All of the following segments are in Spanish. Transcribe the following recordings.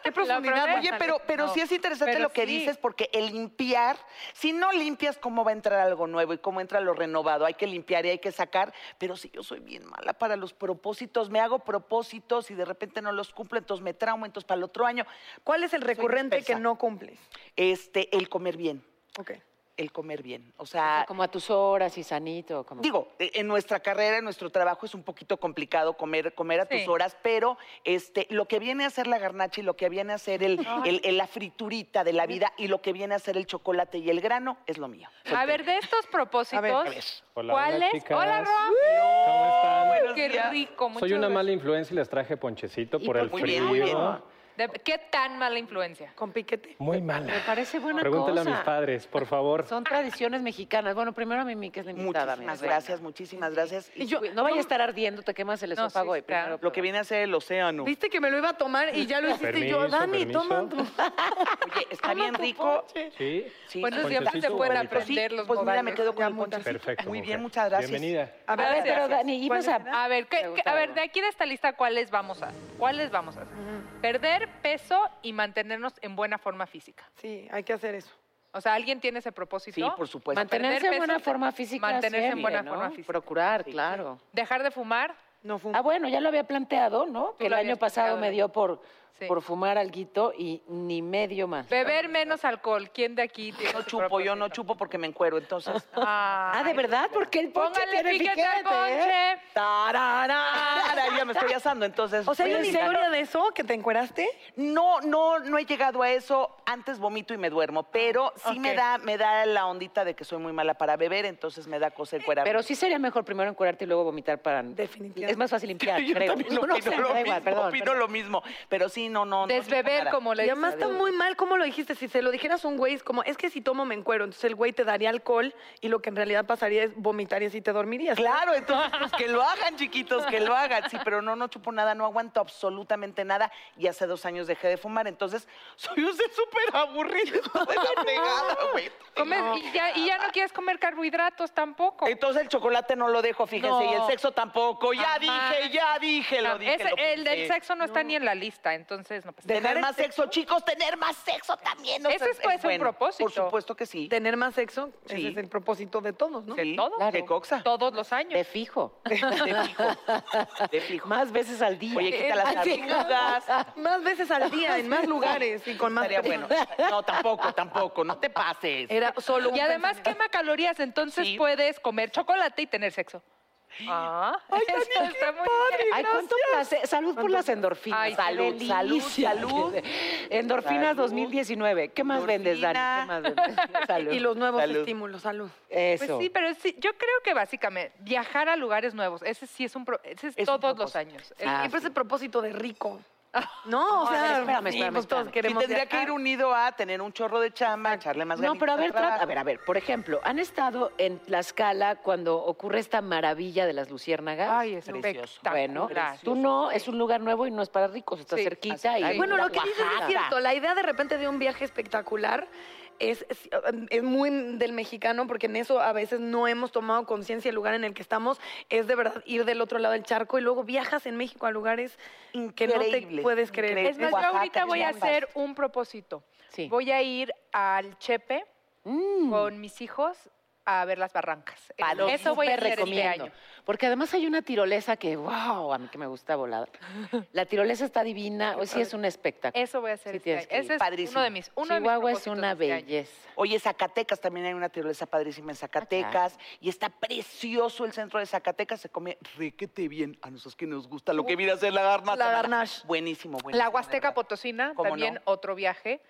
Qué profundidad. primera- Natalia. Oye, pero, pero No, sí es interesante pero lo que sí. dices, porque el limpiar, si no limpias, ¿cómo va a entrar algo nuevo y cómo entra lo renovado? Hay que limpiar y hay que sacar, pero si yo soy bien mala para los propósitos, me hago propósitos y de repente no los cumplo, entonces me traumo, entonces para el otro año, ¿Cuál es el recurrente que dispersa. no cumples? este, el comer bien, Ok. el comer bien. O O sea, sea, Ah, Como a tus horas y sanito. Como... Digo, eh, en nuestra carrera, en nuestro trabajo es un poquito complicado comer, comer a Sí. tus horas, pero este, lo que viene a hacer la garnacha y lo que viene a hacer el, el- el- la friturita de la vida y lo que viene a hacer el chocolate y el grano es lo mío. A ver, de estos propósitos, Hola, hola, ¿cuáles? chicas. Ro. ¿Cómo están? Buenos Qué días. rico. muchas Soy una gracias. mala influencia y les traje ponchecito Y por el Muy frío. bien, muy bien. De- ¿Qué tan mala influencia? Con piquete. Muy Me mala. parece buena Pregúntale cosa. a mis padres, por favor. Son tradiciones mexicanas. Bueno, primero a Mimi, que es la invitada. Muchísimas mira, gracias, muchísimas gracias. Y venga. no vaya a estar ardiendo, te quemas el No, sí esófago y está. primero. lo que viene a hacer el océano. Viste que me lo iba a tomar y ya lo hiciste y yo. Permiso, Dani, permiso. toma tu- Oye, está bien rico. Sí. Sí, Bueno, sí, siempre está- se pueden bonito. aprender los Pues mira, me modales. quedo con Ya, el muchas ponchecito. Perfecto. Muy bien, mujer. muchas gracias. Bienvenida. A ver, Gracias. pero Dani, ibas ¿Cuál a... es? A ver, ¿qué- qué- a ver, de Preguntar. aquí de esta lista, ¿cuáles vamos a? ¿Cuáles vamos a hacer? Perder perder peso y mantenernos en buena forma física. Sí, hay que hacer eso. O sea, ¿alguien tiene ese propósito? Sí, por supuesto. Mantenerse pues, Perder en buena peso, forma física. mantenerse en siempre, buena ¿no? forma física. Procurar, claro. Dejar de fumar. No Ah, fumo. bueno, ya lo había planteado, ¿no? Que el lo año habías pasado planteado, me ¿no? dio por, Sí. por fumar alguito y ni medio más. Beber menos alcohol. ¿Quién de aquí tiene No ese chupo, yo no propósito? chupo porque me encuero, entonces. Ay, Ah, ¿de verdad? Porque el ponche Póngale tiene piquete al piquete, ¿eh? ponche. Tarara, ya me estoy asando, entonces. O sea, ¿hay pues, una historia de eso que te encueraste? No, no, no he llegado a eso. Antes vomito y me duermo, pero sí me Ok. da, me da la ondita de que soy muy mala para beber, entonces me da cosa encuerarme. Pero sí sería mejor primero encuerarte y luego vomitar para... Definitivamente. Es más fácil limpiar, yo creo. también opino, No sé, lo, da mismo, igual, perdón, opino perdón. lo mismo. Pero sí, no, no. no Desbeber, chupo nada. como le Y además está dicen. muy mal cómo lo dijiste. Si se lo dijeras a un güey, es como, es que si tomo me encuero. Entonces el güey te daría alcohol y lo que en realidad pasaría es vomitarías y te dormirías. Claro, entonces pues, que lo hagan, chiquitos, que lo hagan. Sí, pero no, no chupo nada, no aguanto absolutamente nada. Y hace dos años dejé de fumar, entonces soy un ser súper aburrido. de la fregada, güey. Comes- y, ya, y ya no quieres comer carbohidratos tampoco. Entonces el chocolate no lo dejo, fíjense, No. y el sexo tampoco. Ya Jamás. dije, ya dije, lo Ah, dije. ese- lo el del pensé. sexo no, está ni en la lista, entonces no pasa nada. Tener más sexo, chicos, tener más sexo también. o Ese sea, es, pues, un propósito. Por supuesto que sí. Tener más sexo, Sí. ese es el propósito de todos, ¿no? Sí, Todo. De coxa. Todos los años. De fijo. De fijo. De fijo. Más veces al día. Oye, quita las Ah, Así. arrugas. Más veces al día, en más lugares y con más Estaría bueno. personas. No, tampoco, tampoco. No te pases. Era solo un Y además quema calorías, entonces Sí. puedes comer chocolate y tener sexo. Ah, eso está muy bien. Ay, cuánto placer. Salud por las endorfinas. Ay, salud, Qué salud, delicia. salud. Endorfinas Salud. 2019. ¿Qué más vendes, Dani? ¿Qué más vendes? Salud. Y los nuevos Salud. estímulos, salud. Eso. Pues sí, pero sí, yo creo que básicamente viajar a lugares nuevos, ese sí es un pro- ese es, Es un todos los propósito. años. Sí, Ah, y pues sí. el propósito de rico. No, o No, a ver, sea, espérame, sí, espérame, pues todos espérame. Y queremos tendría que viajar. ir unido a tener un chorro de chamba, echarle más No, ganitas pero a al ver, tra- trabajo. a ver, a ver, por ejemplo, ¿han estado en Tlaxcala cuando ocurre esta maravilla de las luciérnagas? Ay, es Precioso. espectacular. bueno, tú no, es un lugar nuevo y no es para ricos, está Sí, cerquita. así- Y Ay, Bueno, lo que Oaxaca. dices es cierto. La idea de repente de un viaje espectacular es, es- es muy del mexicano, porque en eso a veces no hemos tomado conciencia del lugar en el que estamos. Es de verdad ir del otro lado del charco y luego viajas en México a lugares que no te Increíbles, puedes creer. increíbles. Es más, yo Oaxaca, ahorita voy a Chiapas. hacer un propósito. Sí. Voy a ir al Chepe Mm, con mis hijos a ver las barrancas. lo Eso voy a súper hacer este recomiendo. año. Porque además hay una tirolesa que, wow, a mí que me gusta volar. La tirolesa está divina, hoy sí es un espectáculo. Eso voy a hacer Sí, este tienes año. que ir. Ese es Padrísimo. uno de mis uno de mis Chihuahua es propósitos una de este año. belleza. Oye, Zacatecas también hay una tirolesa padrísima en Zacatecas y está precioso el centro de Zacatecas. Se come requete bien a nosotros que nos gusta lo que viene a hacer la garnacha. La mana. garnacha. Buenísimo, buenísimo. La de Huasteca verdad. Potosina, ¿Cómo también no? otro viaje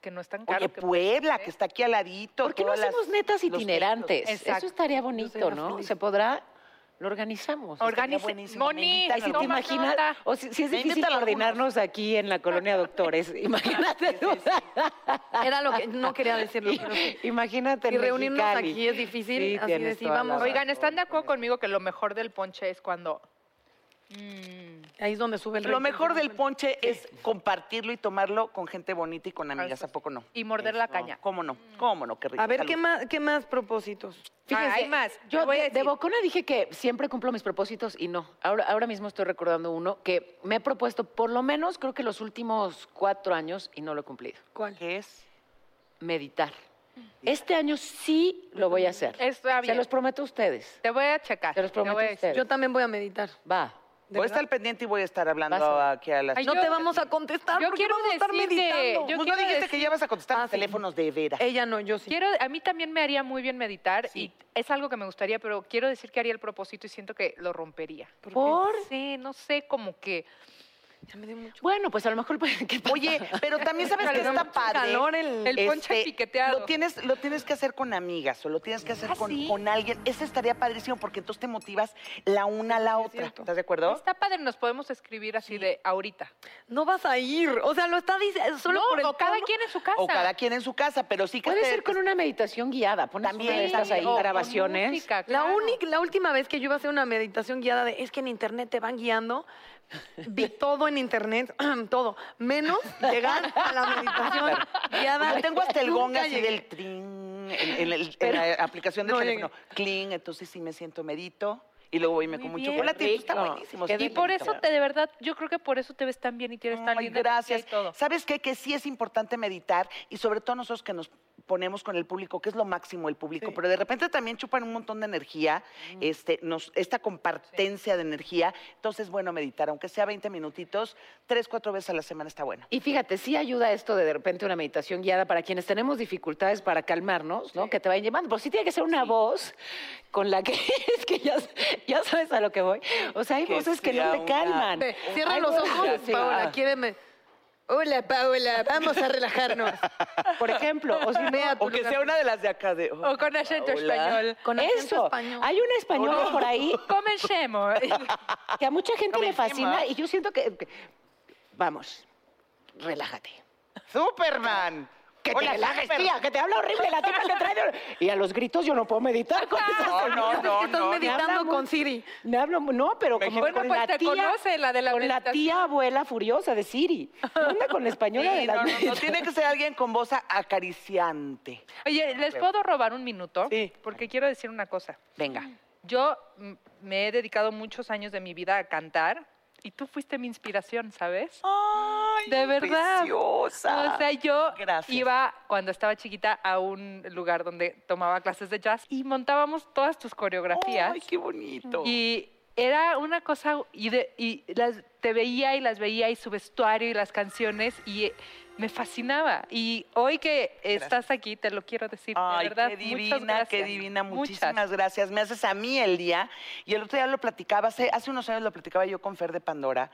que no es tan caro. Oye, pues, que- Puebla, que está aquí al ladito. ¿Por qué no todas las- hacemos netas los itinerantes? templos. Eso Exacto. estaría Yo bonito, soy ¿no? feliz. Se podrá, lo organizamos. Organice- buenísimo. Moni, Me invitan Ay, a si los- te toma imaginas, nota. o si, si es Me difícil invitan algunos. coordinarnos aquí en la colonia Doctores, imagínate, Era lo que no quería decirlo. pero sí. imagínate. Y en reunirnos Mexicali. aquí es difícil, así tienes de sí, toda la vamos. razón. Oigan, ¿están de acuerdo conmigo que lo mejor del ponche es cuando mm, Ahí es donde sube el Lo rating. mejor del ponche es compartirlo y tomarlo con gente bonita y con amigas. ¿A poco no? y morder la Eso. caña? ¿Cómo no? ¿Cómo no? Qué rico. A ver, Salud. ¿qué más, ¿qué más propósitos? Ah, hay más. Yo Te voy a de, de decir. Bocona dije que siempre cumplo mis propósitos y no. Ahora, ahora mismo estoy recordando uno que me he propuesto por lo menos creo que los últimos cuatro años y no lo he cumplido. ¿Cuál? ¿Qué es? Meditar. Este año sí lo voy a hacer. Mm. Está Se bien. los prometo a ustedes. Te voy a checar. Se los te voy a prometo a decir. ustedes. Yo también voy a meditar. Va. ¿De Voy a verdad? estar pendiente y voy a estar hablando Vas a ver. aquí a las... Ay, No yo- te vamos a contestar. yo porque quiero vamos a estar decir que- meditando. yo Pues no quiero dijiste que decir- ya vas a contestar Ah, los sí. teléfonos de veras. Ella no, yo sí. Quiero, a mí también me haría muy bien meditar Sí. y es algo que me gustaría, pero quiero decir que haría el propósito y siento que lo rompería. ¿Por? Sí, no sé, como que Ya me dio mucho Bueno, pues a lo mejor. ¿qué pasa? Oye, pero también sabes que Pero está mucho padre. calor el- el ponche piqueteado. Este, Lo tienes, lo tienes que hacer con amigas o lo tienes que hacer Ah, con, ¿sí? con alguien. Eso estaría padrísimo porque entonces te motivas la una a la es otra. cierto. ¿Estás de acuerdo? está padre, nos podemos escribir así de ahorita. No vas a ir. O sea, lo está diciendo solo no, por el o cada tono. quien en su casa. O cada quien en su casa, pero sí que Puede te- ser con una meditación guiada. Pones También, una de estas ahí, o con grabaciones. música, La, claro. única, la última vez que yo iba a hacer una meditación guiada de es que en internet te van guiando, vi todo en internet, todo, menos llegar a la meditación guiada. Yo tengo hasta el Nunca gong así llegué. del tring en, en el- en la aplicación de no teléfono. Cling, entonces sí me siento medito Y luego voy y me Muy como un bien. chocolate. y Está Rico. buenísimo. Qué está Y por eso, buenísimo. te, de verdad, yo creo que por eso te ves tan bien y tienes tan Ay, linda energía gracias. y todo. ¿Sabes qué? Que sí es importante meditar y sobre todo nosotros que nos ponemos con el público, que es lo máximo el público, pero de repente también chupan un montón de energía, este, nos, esta compartencia de energía. Entonces, bueno, meditar, aunque sea 20 minutitos, tres, cuatro veces a la semana está bueno. Y fíjate, sí ayuda esto de de repente una meditación guiada para quienes tenemos dificultades para calmarnos, ¿no? Que te vayan llevando. Pero sí tiene que ser una voz con la que es que ya, ya sabes a lo que voy. O sea, hay Que voces que no sea te una- calman. Ve, Cierra Hay los voces- ojos, Sí. Paola, quiéreme. Hola, Paola, vamos a relajarnos. Por ejemplo, o si no, Ve Ah, a tu O que lugar. sea una de las de acá de... O con acento Hola. español. Con acento eso. español. Hay una española por ahí Comencemos. que a mucha gente le fascina Comencemos. y yo siento que, que- vamos, relájate. ¡Superman! Que te Hola, relajes, Super- tía, que te habla horrible la tipa que trae. Y a los gritos yo no puedo meditar con esas No, no, Es que no, estás no, no. meditando Hablamos- con Siri. Me hablo, no, pero como Bueno, con pues la te tía, conoce la de la con la meditación. tía abuela furiosa de Siri. ¿Qué onda con la española de Sí, la no, no, no, tiene que ser alguien con voz a- acariciante. Oye, ¿les puedo robar un minuto? Sí. Porque quiero decir una cosa. Venga. Yo mm, me he dedicado muchos años de mi vida a cantar y tú fuiste mi inspiración, ¿sabes? ¡Ay, De verdad. preciosa! O sea, yo Gracias. iba cuando estaba chiquita a un lugar donde tomaba clases de jazz y montábamos todas tus coreografías. ¡Ay, qué bonito! Y era una cosa, y, de- y las, te veía y las veía y su vestuario y las canciones y eh, me fascinaba. Y hoy que estás aquí, te lo quiero decir, de Ay, verdad. qué muchas divina, qué gracias. divina. Muchas. Muchísimas gracias. Me haces a mí el día. Y el otro día lo platicaba, hace, hace unos años lo platicaba yo con Fer de Pandora,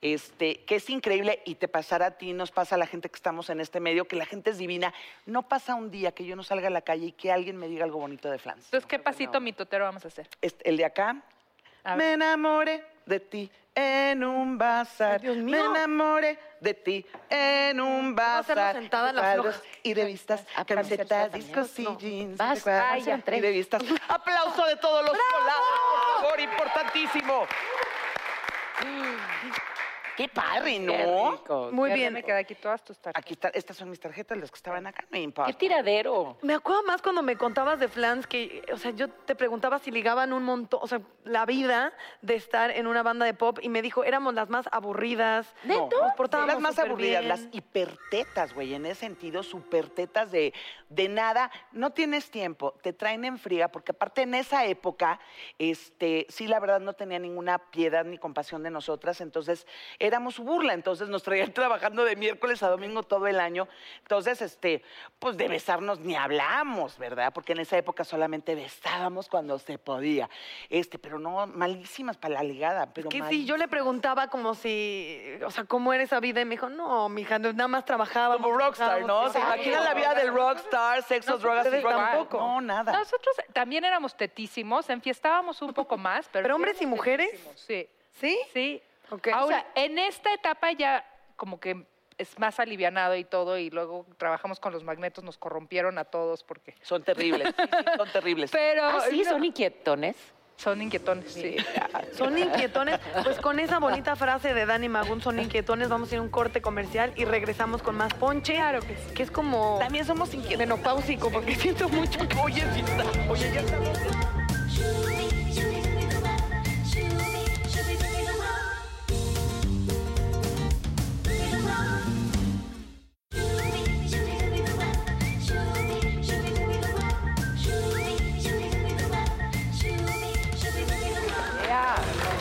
este, que es increíble y te pasará a ti, nos pasa a la gente que estamos en este medio, que la gente es divina. No pasa un día que yo no salga a la calle y que alguien me diga algo bonito de Flans. Entonces, ¿qué pasito mitotero vamos a hacer? Este, el de acá. A Me ver. enamoré de ti en un bazar. Me enamoré de ti en un hacerlo bazar. sentada en la Recuerdos floja. y revistas, camisetas, discos y jeans. Vas, recuerdos ay, ya, y tres. revistas. Aplauso de todos los colados, por favor, importantísimo. Qué padre, ¿no? Muy Ya bien. Me quedé aquí todas tus tarjetas. Aquí está, estas son mis tarjetas, las que estaban acá, no importa. ¡Qué tiradero! Me acuerdo más cuando me contabas de Flans que, o sea, yo te preguntaba si ligaban un montón, o sea, la vida de estar en una banda de pop y me dijo, éramos las más aburridas. No, Nos Son portábamos las más súper aburridas, bien. las hipertetas, güey, en ese sentido, supertetas de, de nada. No tienes tiempo, te traen en fría, porque aparte en esa época, este, sí, la verdad no tenía ninguna piedad ni compasión de nosotras, entonces éramos su burla, entonces nos traían trabajando de miércoles a domingo todo el año. Entonces, este, pues de besarnos ni hablamos, ¿verdad? Porque en esa época solamente besábamos cuando se podía. Este, pero no, malísimas para la ligada, pero que sí, yo le preguntaba como si, o sea, ¿cómo era esa vida? Y me dijo, no, mija, no, nada más trabajaba. Como rockstar, ¿no? ¿Se imagina la vida del rockstar, sexos, No, drogas y ustedes rock? tampoco. No, nada. Nosotros también éramos tetísimos, enfiestábamos un poco más. ¿Pero, ¿Pero hombres y éramos mujeres? tetísimos, Sí. ¿Sí? Sí. Ok. Ahora, en esta etapa ya como que es más alivianado y todo, y luego trabajamos con los magnetos, nos corrompieron a todos porque... Son terribles, sí, sí, son terribles. Pero Ah, sí, no, son inquietones. son inquietones, sí. Son inquietones. Pues con esa bonita frase de Dani Magún, son inquietones, vamos a ir a un corte comercial y regresamos con más ponche. Claro que sí. Que es como También somos inquietos. menopáusico, porque siento mucho que Oye, sí está. Oye, ya estamos.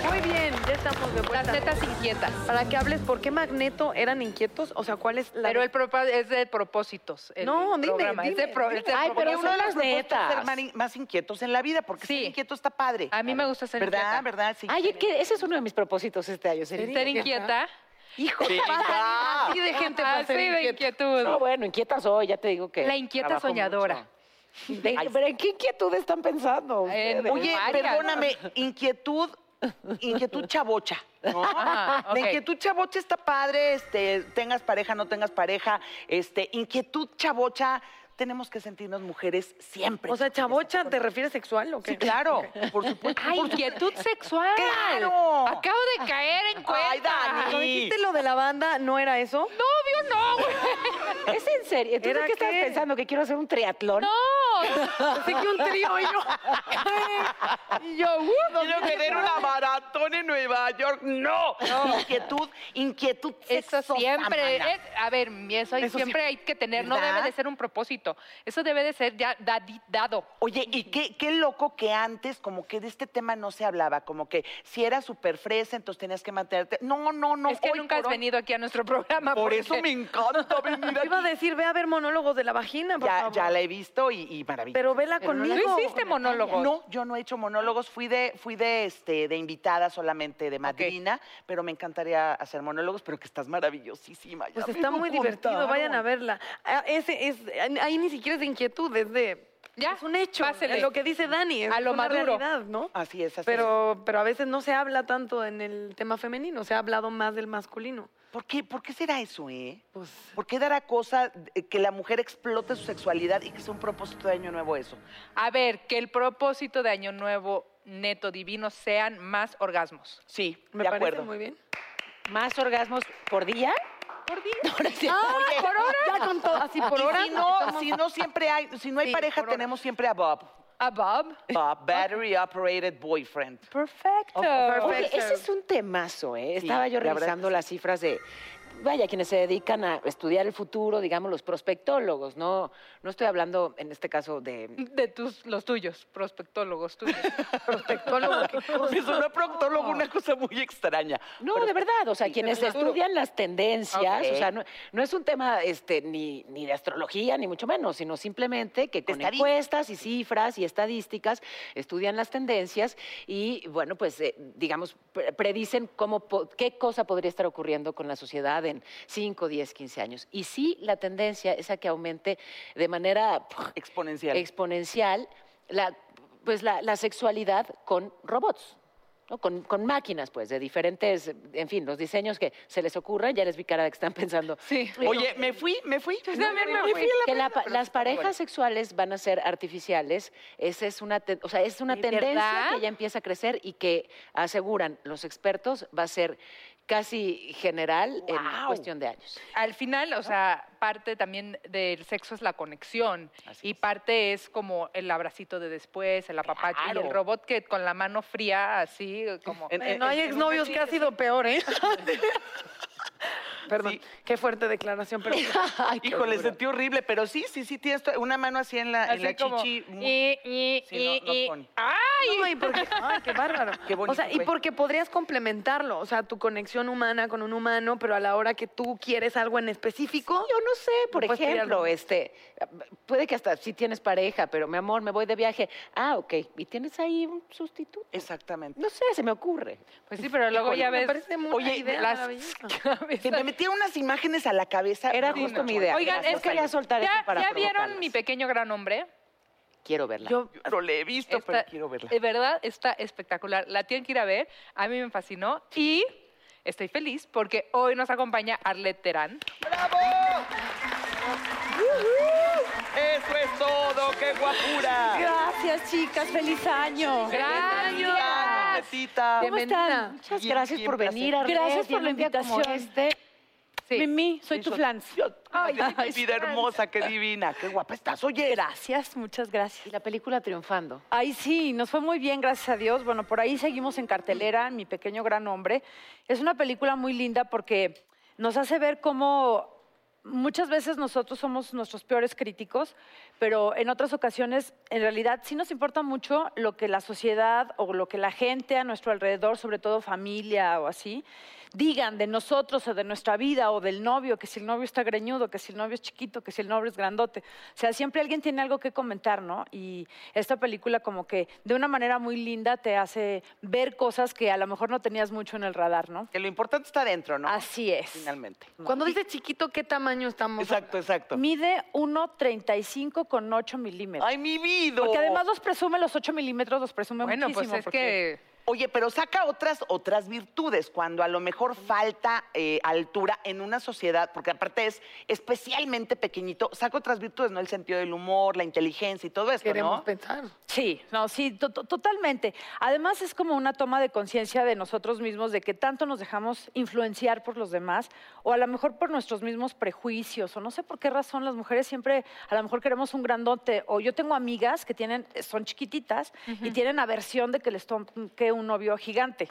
Muy bien, ya estamos de Las vuelta. netas inquietas. Para que hables, ¿por qué Magneto eran inquietos? O sea, ¿cuál es la... Pero el propa- es de propósitios. el No, dime, programa, Es de dime, pro- dime. es de Ay, pro- pero Porque uno de son las las propuestas es ser netas. mari- más inquietos en la vida, porque Sí. ser inquieto está padre. A mí me gusta ser ¿Verdad? inquieta. ¿Verdad? Sí. Ay, es que ese es uno de mis propósitos este año. ser ser inquieta. inquieta. Hijo, Sí, pasan ya. así de gente Ah, para sí, ser de inquieto. inquietud. No, bueno, inquieta soy, ya te digo que. pues. La inquieta trabajo soñadora. mucho. De- pero ¿en qué inquietud están pensando? Eh, ustedes? Oye, varias. perdóname, inquietud, inquietud chabocha, ¿no? Ajá, ok. La inquietud chabocha está padre, este, tengas pareja, no tengas pareja, este, inquietud chabocha, tenemos que sentirnos mujeres siempre. O sea, chavocha, ¿te refieres sexual o qué? Sí, claro, por supuesto. Ay, por supuesto. inquietud sexual. ¡Claro! Acabo de caer en cuenta. Ay, Dani. Cuando dijiste lo de la banda, ¿no era eso? No, obvio no, güey. Es en serio. ¿Entonces ¿Era qué estabas qué? pensando? ¿Que quiero hacer un triatlón? No, Pensé que un trío y yo. y yo, uh, Quiero tener una maratón en Nueva York. No. Inquietud, inquietud. Eso sexosa, siempre, mana. es- a ver, mi- eso, Eso siempre hay que tener, no ¿Verdad? debe de ser un propósito, eso debe de ser ya dadi- dado. Oye, y qué, qué loco que antes como que de este tema no se hablaba, como que si era súper fresa, entonces tenías que mantenerte. No, no, no. es que hoy nunca has por hoy- venido aquí a nuestro programa. Por porque- eso me encanta venir Iba a aquí. decir, ve a ver monólogos de la vagina, por Ya, favor. ya la he visto y, y maravillosa. Pero vela conmigo. ¿Tú hiciste monólogos? No, yo no he hecho monólogos, fui de, fui de este, de invitada solamente, de madrina, pero me encantaría hacer monólogos, pero que estás maravillosísima. ya Pues me está lo muy divertido, vayan a contaron. verla. Ah, Ese es, ahí ni siquiera es de inquietud, es de. Ya, es un hecho. pásele. es Lo que dice Dani, es A lo una maduro. Ah, realidad, ¿no? Así es, así es. Pero, pero a veces no se habla tanto en el tema femenino, se ha hablado más del masculino. ¿Por qué, ¿Por qué será eso, eh? Pues, ¿Por qué dará cosa eh, que la mujer explote su sexualidad y que sea un propósito de año nuevo eso? A ver, que el propósito de Año Nuevo neto divino sean más orgasmos. Sí, me de parece acuerdo. muy bien. ¿Más orgasmos por día? Por día. Ahora sí. Ah, Oye, ¿Por hora? Ya con todo, así por y hora. si no, si no siempre hay, si no hay Sí, pareja, por hora. tenemos siempre a Bob. A Bob. Bob, battery operated boyfriend. Perfecto. Oh, Oye, ese es un temazo, ¿eh? Sí, Estaba yo la verdad revisando que sí. las cifras de, vaya, quienes se dedican a estudiar el futuro, digamos, los prospectólogos, ¿no? No estoy hablando, en este caso, de... De tus, los tuyos, prospectólogos tuyos. Prospectólogo, qué cosa. Me sonó proctólogo una cosa muy extraña. No, Pero- de verdad, o sea, Sí, quienes el futuro. estudian las tendencias, Ok. o sea, no, no es un tema este, ni, ni de astrología, ni mucho menos, sino simplemente que con Estadística. encuestas y cifras y estadísticas estudian las tendencias y, bueno, pues, eh, digamos, pre- predicen cómo, po- qué cosa podría estar ocurriendo con la sociedad en 5, 10, 15 años. Y sí, la tendencia es a que aumente de manera puh, Exponencial. exponencial la, pues la, la sexualidad con robots. ¿no? Con, con máquinas, pues, de diferentes, en fin, los diseños que se les ocurran, ya les vi cara de que están pensando. Sí. Eh, Oye, me fui, me fui. Yo también me fui. que la pa- las parejas sexuales van a ser artificiales, esa es una, ten- o sea, es una ¿De tendencia verdad? que ya empieza a crecer y que aseguran los expertos va a ser casi general en ¡Guau! cuestión de años. Al final, o sea, parte también del sexo es la conexión Así y es. parte es como el abracito de después, el apapacho y Claro. el robot que con la mano fría así como En- Eh, no hay en- exnovios que ha sido peor, ¿eh? Perdón, Sí. qué fuerte declaración, pero Ay, qué Híjole, horror. sentí horrible, pero sí, sí, sí, tienes to- una mano así en la, en así la como chichi. muy- y, y, Sí, y, no- no y- Ah, pone. ¡Ay! No, y porque, ay, qué bárbaro. Qué bonito o sea, y fue. porque podrías complementarlo, o sea, tu conexión humana con un humano, pero a la hora que tú quieres algo en específico, Yo no sé, por puedes pedir ejemplo, algo. este, puede que hasta si tienes pareja, pero mi amor, me voy de viaje. Ah, ok, y tienes ahí un sustituto. Exactamente. No sé, se me ocurre. Pues sí, pero luego Híjole, ya me ves parece muy oye, idea las maravillosa. cabezas. Se me metieron unas imágenes a la cabeza. Era No, justo no, mi idea. Oigan, Gracias, es que quería soltar ya, eso para ya vieron provocarlas. mi pequeño gran hombre. Quiero verla. yo Yo no la he visto, pero Está- quiero verla. De verdad, está espectacular. La tienen que ir a ver. A mí me fascinó. Y estoy feliz porque hoy nos acompaña Arlette Terán. ¡Bravo! ¡Eso es todo! ¡Qué guapura! Gracias, chicas. Feliz año. Ay, ¡Gracias! Betita. De ¿Cómo Mentana. están? Muchas Bien, gracias bien, por placer. venir, Arlet, Gracias y por en la un día como invitación. este. Sí. Mimi, soy tu Eso- flans. Ay, Ay, mi vida hermosa, qué divina, qué guapa estás. Oye, Gracias, muchas Y gracias. la película triunfando. Ay, sí, nos fue muy bien, gracias a Dios. Bueno, por ahí seguimos en cartelera, Mi Pequeño Gran Hombre. Es una película muy linda porque nos hace ver cómo muchas veces nosotros somos nuestros peores críticos, pero en otras ocasiones, en realidad, sí nos importa mucho lo que la sociedad o lo que la gente a nuestro alrededor, sobre todo familia o así, digan de nosotros o de nuestra vida o del novio, que si el novio está greñudo, que si el novio es chiquito, que si el novio es grandote. O sea, siempre alguien tiene algo que comentar, ¿no? Y esta película como que de una manera muy linda te hace ver cosas que a lo mejor no tenías mucho en el radar, ¿no? que lo importante está adentro, ¿no? Así es. Finalmente. cuando dice chiquito, ¿qué tamaño estamos? Exacto, exacto. Mide 1,35 con 8 milímetros. ¡Ay, mi vida! Porque además los presume, los 8 milímetros los presume Bueno, muchísimo. pues es porque que Oye, pero saca otras, otras virtudes, cuando a lo mejor falta eh, altura en una sociedad, porque aparte es especialmente pequeñito, saca otras virtudes, ¿no? El sentido del humor, la inteligencia y todo esto, Queremos ¿no? pensar. Sí, no, sí, to- to- totalmente. Además es como una toma de conciencia de nosotros mismos, de que tanto nos dejamos influenciar por los demás o a lo mejor por nuestros mismos prejuicios o no sé por qué razón las mujeres siempre a lo mejor queremos un grandote o yo tengo amigas que tienen son chiquititas y tienen aversión de que les toque un novio gigante.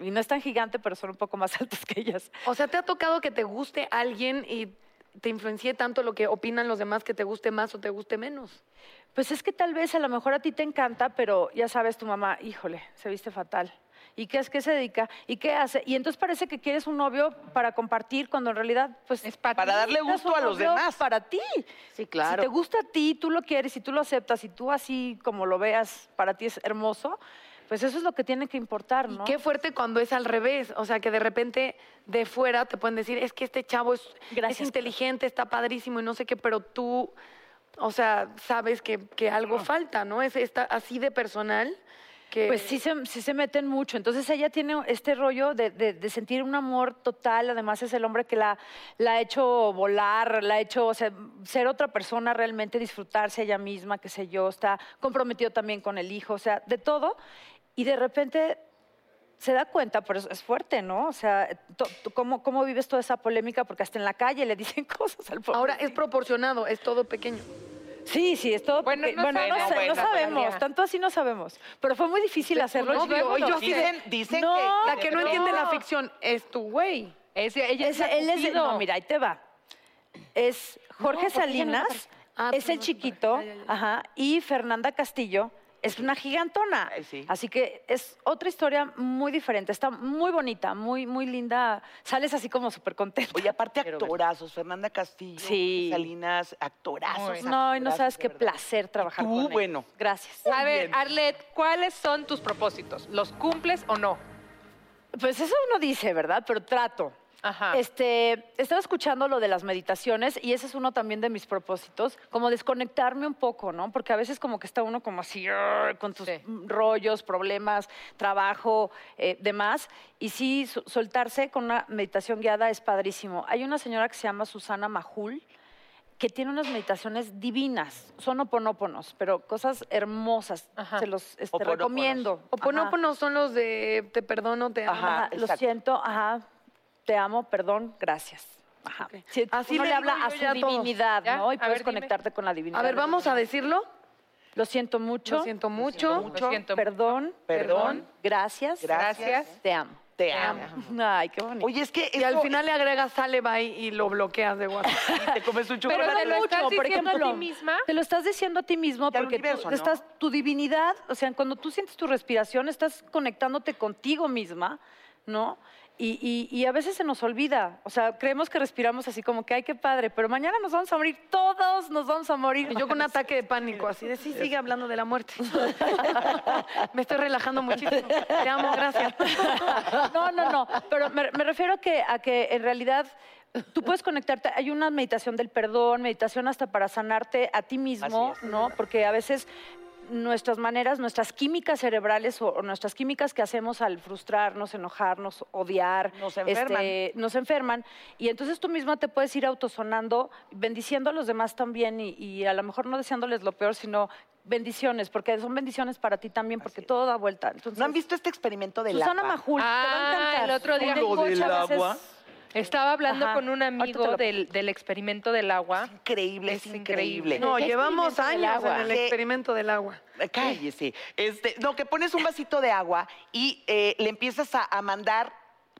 Y no es tan gigante, pero son un poco más altas que ellas. O sea, ¿te ha tocado que te guste alguien y te influencie tanto lo que opinan los demás que te guste más o te guste menos? Pues es que tal vez a lo mejor a ti te encanta, pero ya sabes, tu mamá, híjole, se viste fatal. ¿Y qué es que se dedica? ¿Y qué hace? Y entonces parece que quieres un novio para compartir cuando en realidad pues Es para Para ti. darle necesitas gusto un a los novio demás. Para ti. Sí, claro. Si te gusta a ti, tú lo quieres y tú lo aceptas y tú así como lo veas, para ti es hermoso, pues eso es lo que tiene que importar, Y ¿no? qué fuerte cuando es al revés. O sea, que de repente de fuera te pueden decir, es que este chavo es, es Gracias. inteligente, está padrísimo y no sé qué, pero tú, o sea, sabes que, que algo falta, ¿no? Es esta, así de personal que... Pues sí se, sí se meten mucho. Entonces ella tiene este rollo de, de- de sentir un amor total. Además es el hombre que la, la ha hecho volar, la ha hecho o sea, ser otra persona realmente, disfrutarse ella misma, qué sé yo. Está comprometido también con el hijo, o sea, de todo. Y de repente se da cuenta, pero es, es fuerte, ¿no? O sea, to- to- ¿cómo, ¿cómo vives toda esa polémica? Porque hasta en la calle le dicen cosas al pobre. Ahora es proporcionado, es todo pequeño. Sí, sí, es todo. Bueno, porque- no bueno, sé, no, no, sé, no bueno, sabemos, Natalia. tanto así no sabemos. Pero fue muy difícil hacerlo. novio, chico, y yo así de- Dicen, dicen No, que... La que no entiende la No. ficción es tu güey. Es- ella es Ese- la él es el- Cupido. no, mira, ahí te va. Es Jorge No, porque ella no es la Salinas, pareja. Ah, es tú no el eres chiquito, pareja, ya, ya, ya. ajá, y Fernanda Castillo es una gigantona. Ay, sí. Así que es otra historia muy diferente. Está muy bonita, muy, muy linda. Sales así como súper contenta. Oye, aparte Quiero ver. actorazos, Fernanda Castillo, Sí. Salinas, actorazos. no, y no actorazos, sabes de qué verdad. placer trabajar tú, con ellos. bueno. Gracias. A ver, Arlet, ¿cuáles son tus propósitos? ¿Los cumples o no? Pues eso uno dice, ¿verdad? Pero trato. Ajá. Este, estaba escuchando lo de las meditaciones y ese es uno también de mis propósitos, como desconectarme un poco, ¿no? Porque a veces como que está uno como así "Arr", con tus Sí. rollos, problemas, trabajo, eh, demás. Y sí, su- soltarse con una meditación guiada es padrísimo. Hay una señora que se llama Susana Majul que tiene unas meditaciones divinas, son oponóponos, pero cosas hermosas, Ajá. se los este, Hoponóponos. recomiendo. O Ajá. ponóponos son los de te perdono, te amo. Ajá, Ajá, lo exacto. siento, ajá, te amo, perdón, gracias. Ajá. Ok. Sí, Así uno le le, digo yo habla a ya a su todos. divinidad, ¿Ya? ¿no? Y A puedes ver, dime. conectar con la divinidad. A ver, vamos a decirlo. Lo siento mucho. Lo siento mucho. Lo siento mucho. Perdón. Perdón. Gracias. Gracias. Te amo. Te amo. Ay, qué bonito. Oye, es que Y al eso- final le agregas sale bye y lo bloqueas de WhatsApp. te comes un Pero chocolate. te lo estás por diciendo a ejemplo. ti misma. Te lo estás diciendo a ti mismo Y al porque tú- universo, tú ¿no? estás tu divinidad, o sea, cuando tú sientes tu respiración, estás conectándote contigo misma, ¿no? Y, y- y a veces se nos olvida, o sea, creemos que respiramos así como que, ay, qué padre, pero mañana nos vamos a morir, todos nos vamos a morir. Y yo con un ataque de pánico, así de sí, sigue hablando de la muerte. Me estoy relajando muchísimo. Te amo, gracias. No, no, no. Pero me, me refiero a que, a que en realidad tú puedes conectarte. Hay una meditación del perdón, meditación hasta para sanarte a ti mismo, Así es. ¿no? Porque a veces nuestras maneras, nuestras químicas cerebrales o, o nuestras químicas que hacemos al frustrarnos, enojarnos, odiar, Nos enferman. este, nos enferman. Y entonces tú misma te puedes ir autosonando, bendiciendo a los demás también y, y a lo mejor no deseándoles lo peor, sino bendiciones, porque son bendiciones para ti también, porque todo da vuelta. Entonces, ¿No han visto este experimento del Susana agua? Majul, Ah, te va a encantar. el otro día- En el Lo coche del a veces- agua. Estaba hablando Ajá. con un Ahorita amigo te lo- del, del experimento del agua. Increíble, es, Es increíble. increíble. No, ¿Qué llevamos experimento del años en agua? el Sí. experimento del agua. Eh, Cállese. Este, no, que pones un vasito de agua y eh, le empiezas a, a mandar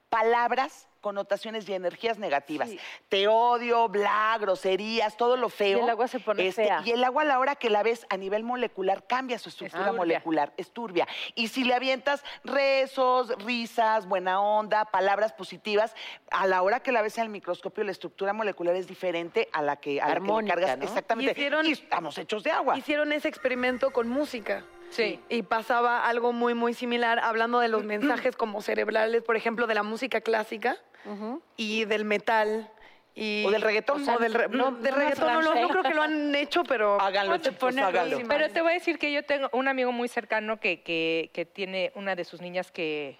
palabras, connotaciones y energías negativas. Sí. Te odio, bla, groserías, todo lo feo. Este, Y el agua se pone fea. Y el agua a la hora que la ves a nivel molecular cambia su estructura turbia. molecular, es turbia. Y si le avientas rezos, risas, buena onda, palabras positivas, a la hora que la ves al microscopio la estructura molecular es diferente a la que, a la que le Armónica, cargas. ¿no? Exactamente. Y hicieron- Y estamos hechos de agua. Hicieron ese experimento con música. Sí. Y pasaba algo muy, muy similar, hablando de los mensajes como cerebrales, por ejemplo, de la música clásica y del metal Y, O del reggaetón, sea, o del, re- No, del reggaetón no, lo- no creo que lo han hecho, pero... Háganlo, Ponte- chicos, ponte háganlo. próxima. Pero te voy a decir que yo tengo un amigo muy cercano que, que, que tiene una de sus niñas que,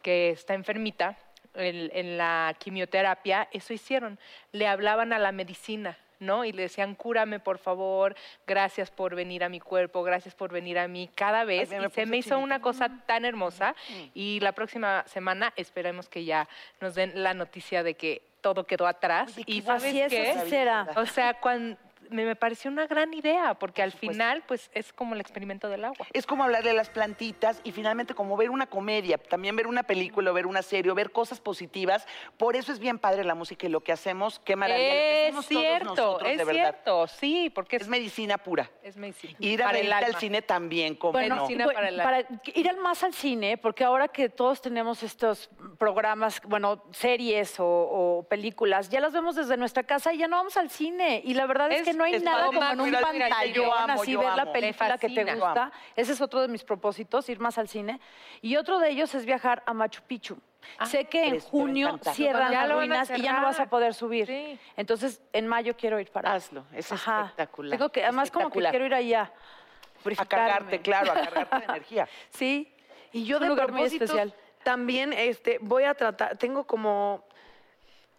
que está enfermita en, en la quimioterapia. Eso hicieron. Le hablaban a la medicina. ¿no? Y le decían, cúrame por favor, gracias por venir a mi cuerpo, gracias por venir a mí cada vez. mira, y se me puse me hizo chinita. Mm. una cosa tan hermosa. Y la próxima semana esperemos que ya nos den la noticia de que todo quedó atrás. Oye, qué y guapa ¿sabes Así es, qué? Esa sincera. vida. O sea, cuan- me, me pareció una gran idea, porque al supuesto. final, pues, es como el experimento del agua. Es como hablarle a las plantitas y finalmente como ver una comedia, también ver una película, ver una serie, o ver cosas positivas. Por eso es bien padre la música y lo que hacemos, qué maravilla. lo que Es hacemos todos cierto, nosotros, es de verdad. cierto, sí, porque Es es, medicina pura. es medicina. Ir a para el reírte al alma. cine también, como Bueno, no. sí, Medicina bu- para el que- ir al más al cine, porque ahora que todos tenemos estos programas, bueno, series o, o películas, ya las vemos desde nuestra casa y ya no vamos al cine. Y la verdad es, Es- que no hay es nada como en padrísimo un ir al cine, yo pantallón amo, así yo ver amo. la Me película que te fascina. Yo gusta. amo. Ese es otro de mis propósitos, ir más al cine. Y otro de ellos es viajar a Machu Picchu. sé que en eres- me junio encanta. cierran Ya las lo van a ruinas y ya no vas a cerrar. poder subir. Sí. Entonces, en mayo quiero ir para Hazlo, es Ajá. espectacular. Tengo que, además, como que espectacular. quiero ir allá. A purificarme. cargarte, claro, a cargarte de energía. Sí. Y yo Es de un lugar muy propósitos especial. también este, voy a tratar, tengo como,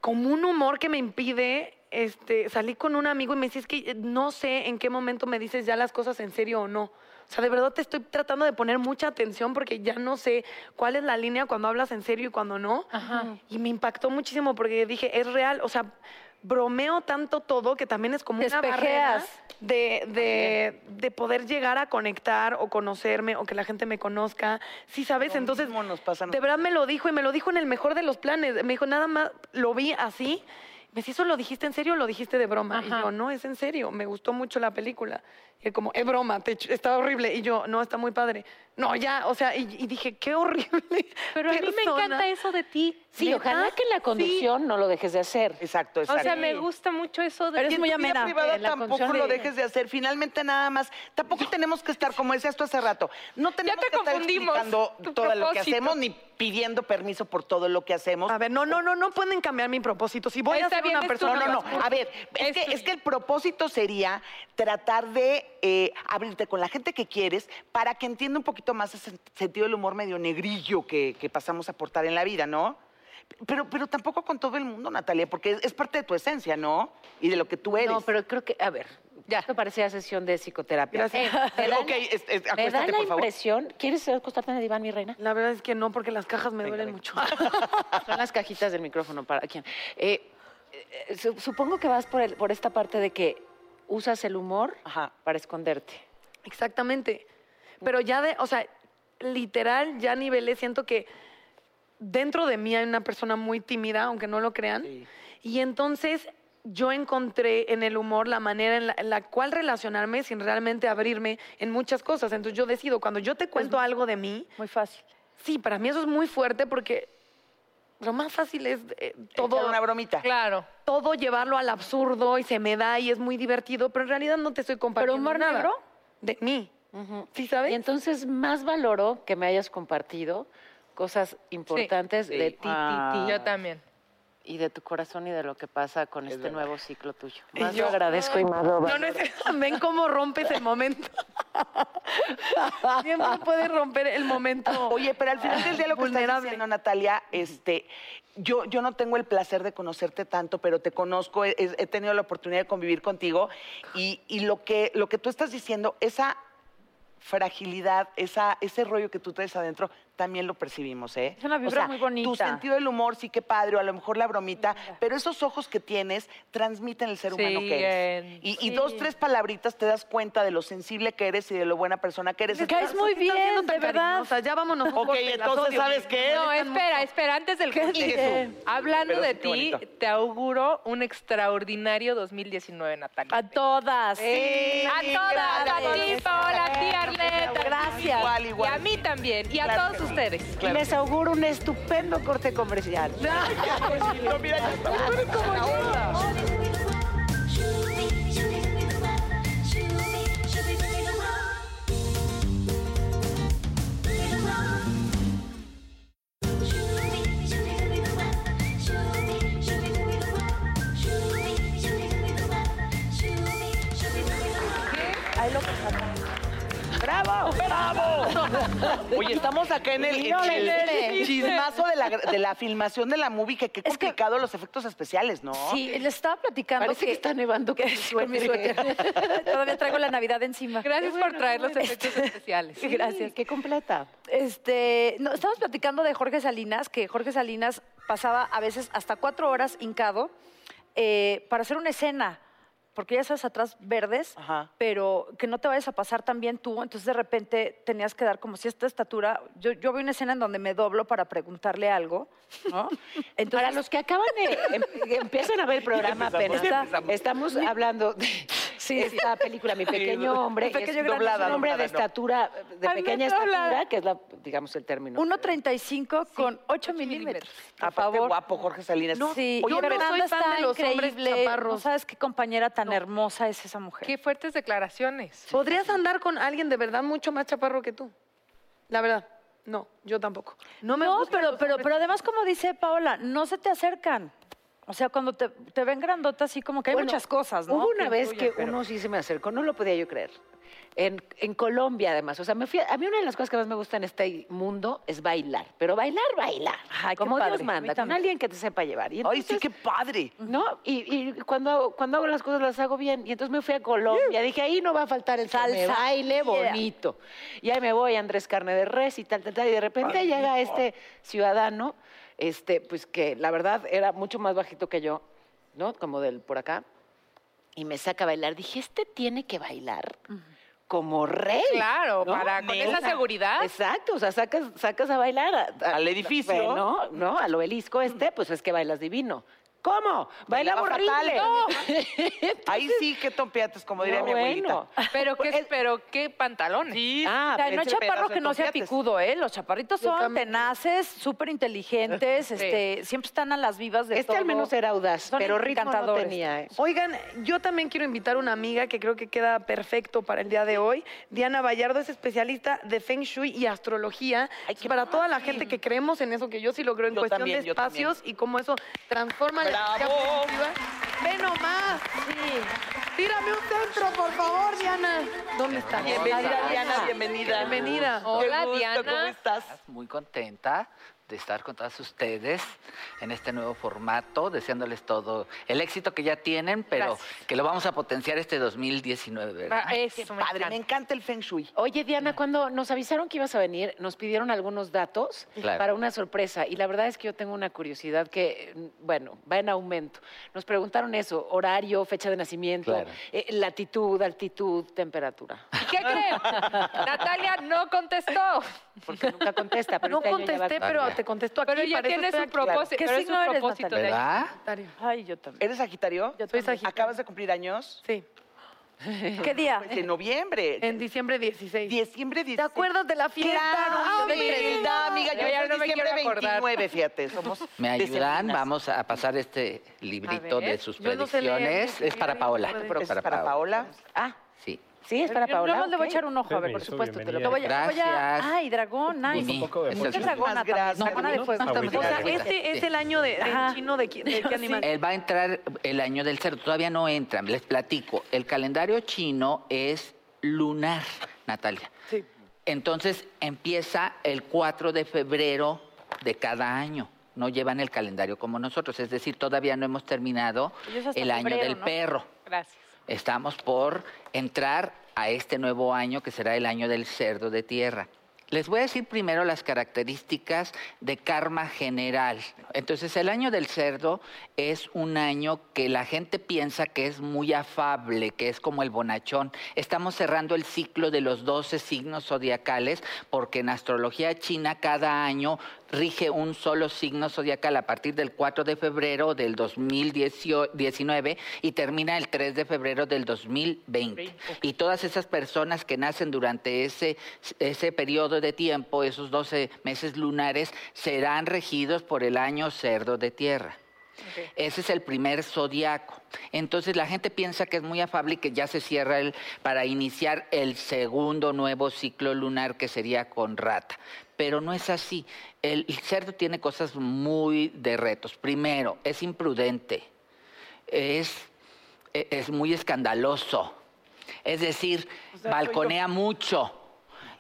como un humor que me impide. Este, salí con un amigo y me dice, es que eh, no sé en qué momento me dices ya las cosas en serio o no. O sea, de verdad te estoy tratando de poner mucha atención porque ya no sé cuál es la línea cuando hablas en serio y cuando no. Y me impactó muchísimo porque dije, es real, o sea, bromeo tanto todo que también es como una Despejeas. barrera de, de, de poder llegar a conectar o conocerme o que la gente me conozca. Sí, ¿sabes? Lo Entonces, mismo nos pasa a de verdad me lo dijo y me lo dijo en el mejor de los planes. Me dijo, nada más lo vi así. Me decía, ¿eso lo dijiste en serio o lo dijiste de broma? Y yo, no, es en serio. Me gustó mucho la película. Y él como, es broma, te ch- está horrible. Y yo, no, está muy padre. No, ya, o sea, y, y dije, qué horrible Pero a mí me persona". encanta eso de ti. Sí, ¿Neta? ojalá que en la conducción no lo dejes de hacer. Exacto, O exacto. sea, me gusta mucho eso de Pero Y es en muy tu vida amena. privada eh, la tampoco conducción lo de- dejes de hacer. Finalmente nada más. Tampoco tenemos que estar, como decías tú hace rato, no tenemos te que estar confundimos, explicando tu todo lo que propósito. hacemos ni pidiendo permiso por todo lo que hacemos. A ver, no, no, no, no pueden cambiar mi propósito. Si voy Está a ser bien, es una tu No, persona... no, no. Disculpa. A ver, Es es que, tuyo. es que el propósito sería tratar de eh, abrirte con la gente que quieres para que entienda un poquito más ese sen- sentido del humor medio negrillo que, que pasamos a portar en la vida, ¿no? Pero, pero tampoco con todo el mundo, Natalia, porque es, es parte de tu esencia, ¿no? Y de lo que tú eres. No, pero creo que, a ver, ya. Esto parecía sesión de psicoterapia. Gracias. Eh, me dan- ok, es- es- me da acuéstate, la por favor. impresión. ¿Quieres acostarte en el diván, mi reina? La verdad es que no, porque las cajas me Venga, duelen venga. mucho. Son las cajitas del micrófono para quién. Eh, eh, su- supongo que vas por, el- por esta parte de que usas el humor Ajá. para esconderte. Exactamente. Pero ya de, o sea, literal, ya nivelé, siento que dentro de mí hay una persona muy tímida, aunque no lo crean. Sí. Y entonces yo encontré en el humor la manera en la, en la cual relacionarme sin realmente abrirme en muchas cosas. Entonces yo decido, cuando yo te cuento algo de mí, Muy fácil. sí, para mí eso es muy fuerte porque lo más fácil es eh, todo Echar una bromita. Claro. todo llevarlo al absurdo y se me da y es muy divertido, pero en realidad no te estoy compartiendo humor nada negro? de mí. ¿Sí sabes? Y entonces más valoro que me hayas compartido cosas importantes de ti, ti, ti. Ah. Yo también. Y de tu corazón y de lo que pasa con este nuevo ciclo tuyo. Y Más yo- lo agradezco y más lo No, no valoro. es- ven cómo rompes el momento. Siempre puedes romper el momento. Oye, pero al final del día lo que estás Vulnerable. diciendo, Natalia, este, yo, yo no tengo el placer de conocerte tanto, pero te conozco, he, he tenido la oportunidad de convivir contigo y, y lo, que, lo que tú estás diciendo, esa fragilidad, esa, ese rollo que tú traes adentro, también lo percibimos, ¿eh? Es una vibra muy bonita. Tu sentido del humor, sí que padre, o a lo mejor la bromita, pero esos ojos que tienes transmiten el ser Sí, humano que eres. en- Y, y dos, tres palabritas te das cuenta de lo sensible que eres y de lo buena persona que eres. Me Entonces, caes muy bien, de verdad. ya vámonos. Ok, entonces, ¿sabes qué? No, espera, espera, antes del corte. Eso. Hablando Pero de sí, qué ti, bonito. te auguro un extraordinario 2019, Natalia. A todas. Sí, a todas, a ti, gracias. Paola, a ti, Arleta. Gracias. Igual, Y igual. a mí también, y a Claro que todos sí. ustedes. Claro. Les auguro un estupendo corte comercial. No, mira, ya está. Tú eres como yo. Shoot me, shoot me, shoot me the web. Shoot me, shoot me, shoot me the web. Shoot tráelo pues acá. ¡Bravo! Oye, estamos acá en el, en Órale, el Lele. chismazo de la, de la filmación de la movie, que qué Es que- complicado los efectos especiales, ¿no? Sí, le estaba platicando Parece que está nevando con mi con mi suéter. suéter. Todavía traigo la Navidad encima. Gracias por traer los bueno. efectos especiales. Sí, Gracias. Qué completa. Este, no, estamos platicando de Jorge Salinas, que Jorge Salinas pasaba a veces hasta cuatro horas hincado eh, para hacer una escena, porque ya sabes, atrás verdes, Ajá. pero que no te vayas a pasar también tú, entonces de repente tenías que dar como si esta estatura, yo, yo vi una escena en donde me doblo para preguntarle algo, ¿no? Para los que acaban de em- empiezan a ver el programa apenas, Ya está- empezamos. estamos hablando de esta película, Mi Pequeño Hombre, Mi Pequeño es Gran un Doblada, hombre de doblada, no. estatura, de Ay, no, pequeña doblada. estatura, que es la, digamos, el término. 1.35 con 8 milímetros. milímetros. Por Aparte, favor. guapo, Jorge Salinas. No, sí, yo oye, no Fernanda soy está fan de los hombres increíble. No chaparros. sabes qué compañera tan No. hermosa es esa mujer. Qué fuertes declaraciones. ¿Podrías andar con alguien de verdad mucho más chaparro que tú? La verdad, no, yo tampoco. No me no, gustan pero, los pero, hombres- pero además, como dice Paola, no se te acercan. O sea, cuando te, te ven grandota, así como que hay Bueno, muchas cosas, ¿no? Hubo una vez influyen, que pero- uno sí se me acercó, no lo podía yo creer. En, en Colombia, además. O sea, me fui a, a mí una de las cosas que más me gusta en este mundo es bailar. Pero bailar, bailar. Ay, qué como padre. Dios A mí manda, con también. alguien que te sepa llevar. Y Ay, sí, entonces- qué padre. ¿No? Y, y cuando, hago, cuando hago las cosas las hago bien. Y entonces me fui a Colombia. Dije, ahí no va a faltar el salsa. Salsa. baile Yeah. bonito. Y ahí me voy, Andrés Carne de Res y tal, tal, tal. Y de repente llega este ciudadano, este, pues que la verdad era mucho más bajito que yo, ¿no? Como del por acá. Y me saca a bailar. Dije, este tiene que bailar como rey. Claro, ¿no? para con esa seguridad. Exacto, o sea, sacas, sacas a bailar a- a- Al edificio. No, no, al obelisco este, pues es que bailas divino. ¿Cómo? Bailaba Bailaba fatal. ¿eh? horrible. Ahí sí, qué tompiates, como diría No, mi abuelita. bueno. Pero pues, qué, El- pero qué pantalones. Ah, O sea, no hay pensé- chaparro pedazo de que no sea tompiates. picudo, ¿eh? Los chaparritos Yo son también. tenaces, súper inteligentes, este, siempre están a las vivas de este todo. al menos era audaz, Son pero ritmo no encantadores. tenía. ¿eh? Oigan, yo también quiero invitar a una amiga que creo que queda perfecto para el día de hoy. Diana Vallardo es especialista de Feng Shui y astrología. para toda la gente que creemos en eso, que yo sí lo creo en Yo cuestión también, de yo también. espacios y cómo eso transforma la energía ¡Bravo! positiva. ¡Ve nomás! ¡Tírame un centro, por favor, Diana! ¿Dónde está? Bienvenida, Diana, bienvenida. Bienvenida. Hola, Qué gusto, Diana. ¿Cómo estás? Muy contenta de estar con todas ustedes en este nuevo formato, deseándoles todo el éxito que ya tienen, pero que lo vamos a potenciar este 2019. ¿verdad? Ah, Eso, me Padre, me encanta. encanta el Feng Shui. Oye, Diana, cuando nos avisaron que ibas a venir, nos pidieron algunos datos Claro. para una sorpresa. Y la verdad es que yo tengo una curiosidad que, eh, bueno, va en aumento. Nos preguntaron eso, horario, fecha de nacimiento, Claro. eh, latitud, altitud, temperatura. ¿Y ¿Qué creen? Natalia no contestó. Porque nunca contesta. Pero No este año ya va contesté, a pero cambiar. te contesto aquí. Pero ella para eso tiene estoy su aquí, claro. propósito. ¿Qué pero es su signo eres, propósito de Natalia? año. ¿Verdad? Sagitario. Ay, yo también. ¿Eres Sagitario? Yo soy Sagitario. ¿Acabas de cumplir años? Sí, ¿Qué día? Pues en noviembre. en diciembre 16. Diciembre 16. ¿Te acuerdas de la fiesta? Claro, Yo me hombre, creí. da, amiga, yo Ya soy no me diciembre quiero acordar. 29, fíjate, somos ¿Me ayudan? decembrinas. Vamos a pasar este librito ver, de sus yo no sé leer, predicciones. ni es para siquiera Paola. puede- Ese es para Paola. Ah, Sí. sí, es para Yo Paola. nomás le voy a ok. echar un ojo, a ver, por Permiso, supuesto. Te lo, bienvenida. voy a- te voy a- Gracias. Ay, dragón, nice. Mimi, Un poco de es Mucha el- dragona Muchas gracias. también, dragona de fuego. Agüita, O sea, agüita. este es Sí. Eh, el año de, del Ajá. chino de, qui- de qué animal. eh, Él va a entrar el año del cerdo, todavía no entra, les platico. El calendario chino es lunar, Natalia. Sí. Entonces empieza el 4 de febrero de cada año. No llevan el calendario como nosotros, es decir, todavía no hemos terminado Ellos Pues hasta el año febrero, del ¿no? perro. Gracias. Estamos por entrar a este nuevo año que será el año del cerdo de tierra. Les voy a decir primero las características de karma general. Entonces, el año del cerdo es un año que la gente piensa que es muy afable, que es como el bonachón. Estamos cerrando el ciclo de los 12 signos zodiacales porque en astrología china cada año rige un solo signo zodiacal a partir del 4 de febrero del 2019 y termina el 3 de febrero del 2020. Y todas esas personas que nacen durante ese, ese periodo de tiempo, esos 12 meses lunares, serán regidos por el año cerdo de tierra. Ese es el primer zodiaco. Entonces la gente piensa que es muy afable y que ya se cierra el, para iniciar el segundo nuevo ciclo lunar que sería con rata. Pero no es así. El, el cerdo tiene cosas muy de retos. Primero, es imprudente, es, e- es muy escandaloso, Es decir, balconea mucho.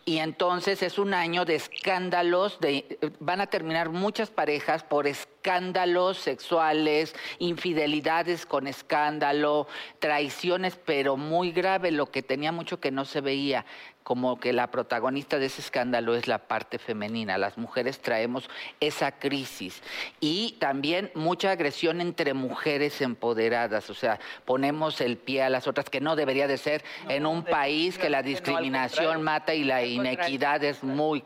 Y entonces es un año de escándalos, de, eh, van a terminar muchas parejas por escándalos sexuales, infidelidades con escándalo, traiciones, pero muy grave, lo que tenía mucho que no se veía, como que la protagonista de ese escándalo es la parte femenina. Las mujeres traemos esa crisis. Y también mucha agresión entre mujeres empoderadas, o sea, ponemos el pie a las otras, que no debería de ser en un país que la discriminación mata y la inequidad es muy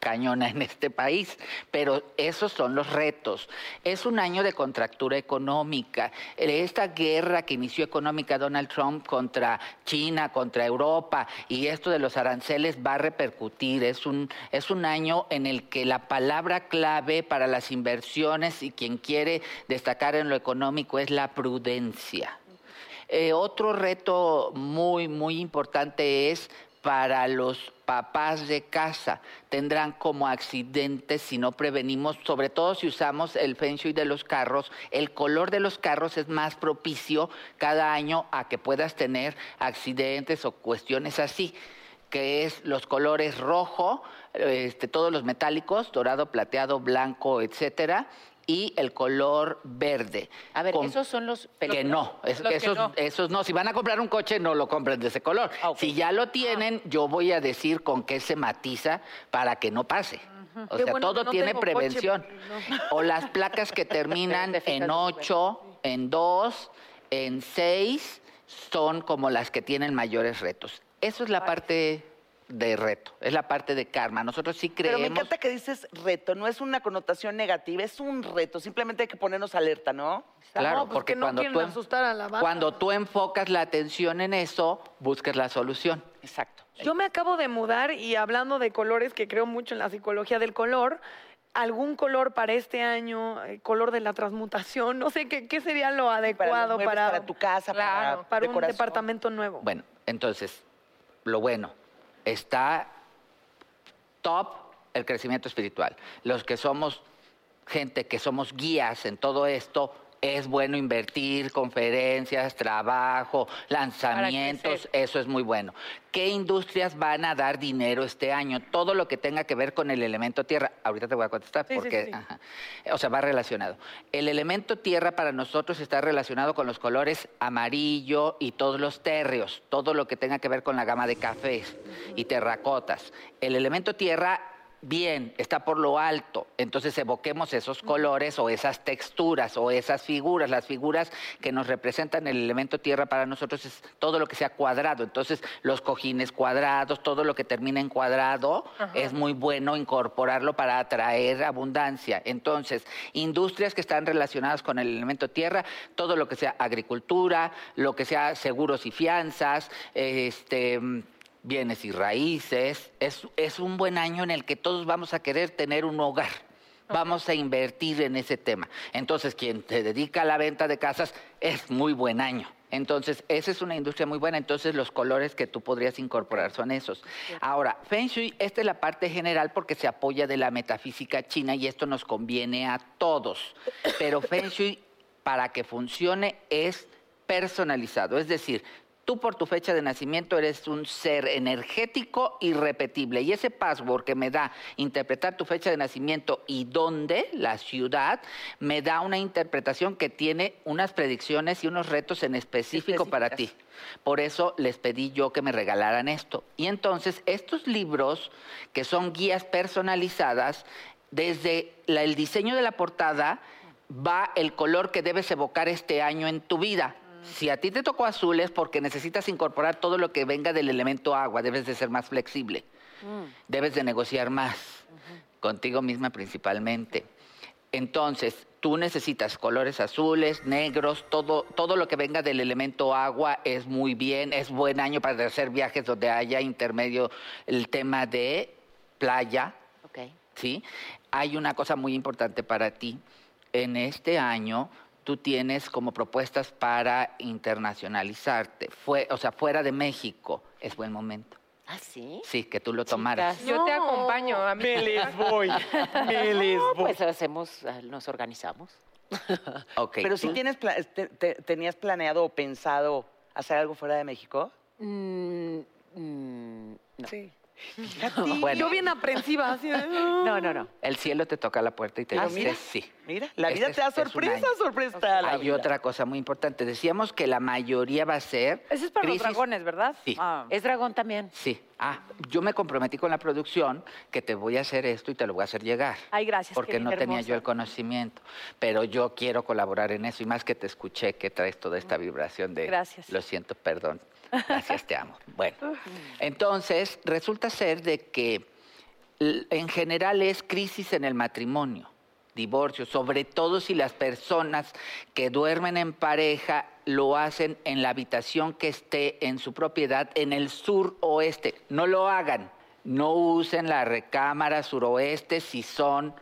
cañona en este país, pero esos son los retos. Es un año de contractura económica. Eh, Esta guerra que inició económica Donald Trump contra China, contra Europa, y esto de los aranceles va a repercutir. Es un, es un año en el que la palabra clave para las inversiones y quien quiere destacar en lo económico es la prudencia. Eh, otro reto muy, muy importante es para los papás de casa. Tendrán como accidentes si no prevenimos, sobre todo si usamos el feng shui de los carros. El color de los carros es más propicio cada año a que puedas tener accidentes o cuestiones así que es los colores rojo, este, todos los metálicos, dorado, plateado, blanco, etcétera, y el color verde. A ver, Con- esos son los que peligros. no, es- Los que esos, no. esos no. Si van a comprar un coche, no lo compren de ese color. Ah, Si ya lo tienen, yo voy a decir con qué se matiza para que no pase. O Qué sea, bueno que todo no tiene tengo coche, prevención. porque O las placas que terminan Te fijas en después. 8, en 2, en 6, son como las que tienen mayores retos. Eso es la parte de reto, es la parte de karma. Nosotros sí Pero creemos... me encanta que dices reto, no es una connotación negativa, es un reto, simplemente hay que ponernos alerta, ¿no? Claro, No, pues porque que no cuando, quieren tú, em en- asustar a la banda. cuando tú enfocas la atención en eso, buscas la solución. Exacto. Yo me acabo de mudar y hablando de colores, que creo mucho en la psicología del color, algún color para este año, eh, color de la transmutación, no sé qué, qué sería lo Para, los adecuado muebles, para, para tu casa, Claro, para, para un decoración. departamento nuevo. Bueno, entonces, lo bueno, está top el crecimiento espiritual. Los que somos gente que somos guías en todo esto, es bueno invertir, conferencias, trabajo, lanzamientos, eso es muy bueno. ¿Qué industrias van a dar dinero este año? Todo lo que tenga que ver con el elemento tierra. Ahorita te voy a contestar Sí, sí, porque, sí. ajá. o sea, va relacionado. El elemento tierra para nosotros está relacionado con los colores amarillo y todos los térreos, todo lo que tenga que ver con la gama de cafés y terracotas. El elemento tierra bien, está por lo alto. Entonces evoquemos esos colores o esas texturas o esas figuras. Las figuras que nos representan el elemento tierra para nosotros es todo lo que sea cuadrado. Entonces los cojines cuadrados, todo lo que termina en cuadrado, es muy bueno incorporarlo para atraer abundancia. Entonces, industrias que están relacionadas con el elemento tierra, todo lo que sea agricultura, lo que sea seguros y fianzas, este bienes y raíces. Es, es un buen año en el que todos vamos a querer tener un hogar. Vamos a invertir en ese tema. Entonces, quien se dedica a la venta de casas es muy buen año. Entonces, esa es una industria muy buena. Entonces, los colores que tú podrías incorporar son esos. Ahora, Feng Shui, esta es la parte general porque se apoya de la metafísica china y esto nos conviene a todos. Pero Feng Shui, para que funcione, es personalizado. Es decir, tú por tu fecha de nacimiento eres un ser energético irrepetible. Y ese password que me da interpretar tu fecha de nacimiento y dónde, la ciudad, me da una interpretación que tiene unas predicciones y unos retos en específico para ti. Por eso les pedí yo que me regalaran esto. Y entonces estos libros, que son guías personalizadas, desde la- el diseño de la portada, va el color que debes evocar este año en tu vida. Si a ti te tocó azul es porque necesitas incorporar todo lo que venga del elemento agua, debes de ser más flexible, debes de negociar más, contigo misma principalmente. Entonces, tú necesitas colores azules, negros, todo, todo lo que venga del elemento agua es muy bien, es buen año para hacer viajes donde haya intermedio el tema de playa, Ok. ¿sí? Hay una cosa muy importante para ti. En este año tú tienes como propuestas para internacionalizarte, Fue, o sea, fuera de México. Es buen momento. ¿Ah, sí? Sí, que tú lo tomaras. Chicas. Yo te acompaño, a mí. Me les voy, me les No, voy. pues hacemos, ah, nos organizamos. Ok. este, Pero si tienes pla- te- te- tenías planeado o pensado hacer algo fuera de México? Mm, mm, no. Sí. Fíjate. Bueno. Yo bien aprensiva. Así de, no, no, no. El cielo te toca la puerta y te Ah, dice mira. sí. Mira, la Este vida es- te da es un sorpresa, año. sorpresa. la Hay vida. otra cosa muy importante. Decíamos que la mayoría va a ser. Ese es para crisis- los dragones, ¿verdad? Sí. Ah. Es dragón también. Sí. Ah, yo me comprometí con la producción que te voy a hacer esto y te lo voy a hacer llegar. Ay, gracias, Porque querida no tenía hermosa. yo el conocimiento. Pero yo quiero colaborar en eso. Y más que te escuché que traes toda esta vibración de. Mm. Gracias. Lo siento, perdón. Gracias, te amo. Bueno. Entonces, resulta ser de que l- en general es crisis en el matrimonio, divorcio, sobre todo si las personas que duermen en pareja lo hacen en la habitación que esté en su propiedad en el sur oeste. No lo hagan, no usen la recámara suroeste si son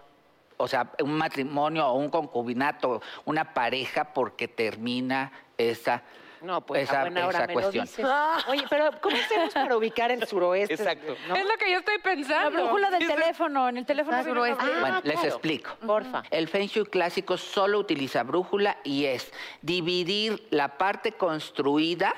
o sea, un matrimonio o un concubinato, una pareja porque termina esa No, pues esa, a buena hora esa me cuestión. lo dices. Ah. Oye, pero ¿cómo hacemos para ubicar el suroeste? Exacto. ¿No? Es lo que yo estoy La pensando. brújula del teléfono, en el teléfono Ah, viene una suroeste. brújula. Bueno, Ah, les claro. explico. Porfa. El Feng Shui clásico solo utiliza brújula y es dividir la parte construida.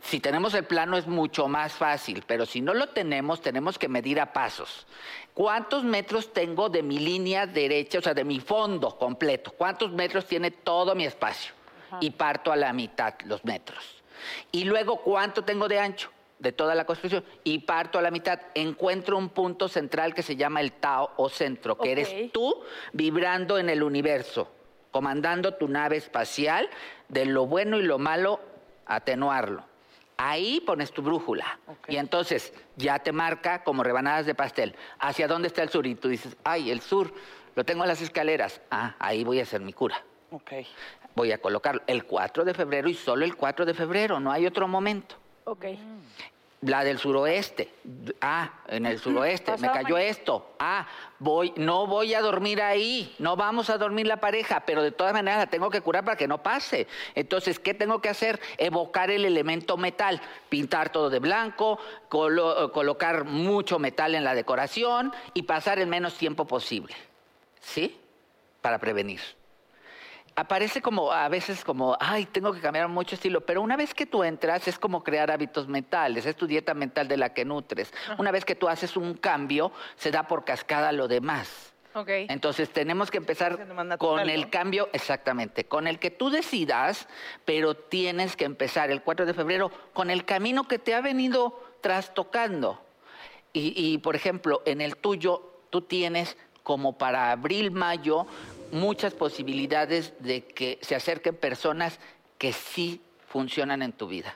Si tenemos el plano es mucho más fácil, pero si no lo tenemos, tenemos que medir a pasos. ¿Cuántos metros tengo de mi línea derecha, o sea, de mi fondo completo? ¿Cuántos metros tiene todo mi espacio? Y parto a la mitad los metros. Y luego, ¿cuánto tengo de ancho? de toda la construcción y parto a la mitad, encuentro un punto central que se llama el Tao o centro, que Ok. eres tú vibrando en el universo, comandando tu nave espacial, de lo bueno y lo malo, atenuarlo. Ahí pones tu brújula y entonces ya te marca como rebanadas de pastel. ¿Hacia dónde está el sur? Y tú dices, ay, el sur, lo tengo en las escaleras. Ah, ahí voy a hacer mi cura. Ok. Voy a colocarlo el 4 de febrero y solo el 4 de febrero, no hay otro momento. Ok. La del suroeste. D- Ah, en el suroeste. Me pasado cayó mañana. esto. Ah, voy, no voy a dormir ahí. No vamos a dormir la pareja, pero de todas maneras la tengo que curar para que no pase. Entonces, ¿qué tengo que hacer? Evocar el elemento metal. Pintar todo de blanco, colo- colocar mucho metal en la decoración y pasar el menos tiempo posible. ¿Sí? Para prevenir aparece como a veces como, ay, tengo que cambiar mucho estilo, pero una vez que tú entras es como crear hábitos mentales, es tu dieta mental de la que nutres. Una vez que tú haces un cambio, se da por cascada lo demás. Ok. Entonces tenemos que empezar Siendo más natural, con el ¿no? cambio, exactamente, con el que tú decidas, pero tienes que empezar el 4 de febrero con el camino que te ha venido trastocando. Y, y, por ejemplo, en el tuyo, tú tienes como para abril, mayo, muchas posibilidades de que se acerquen personas que sí funcionan en tu vida.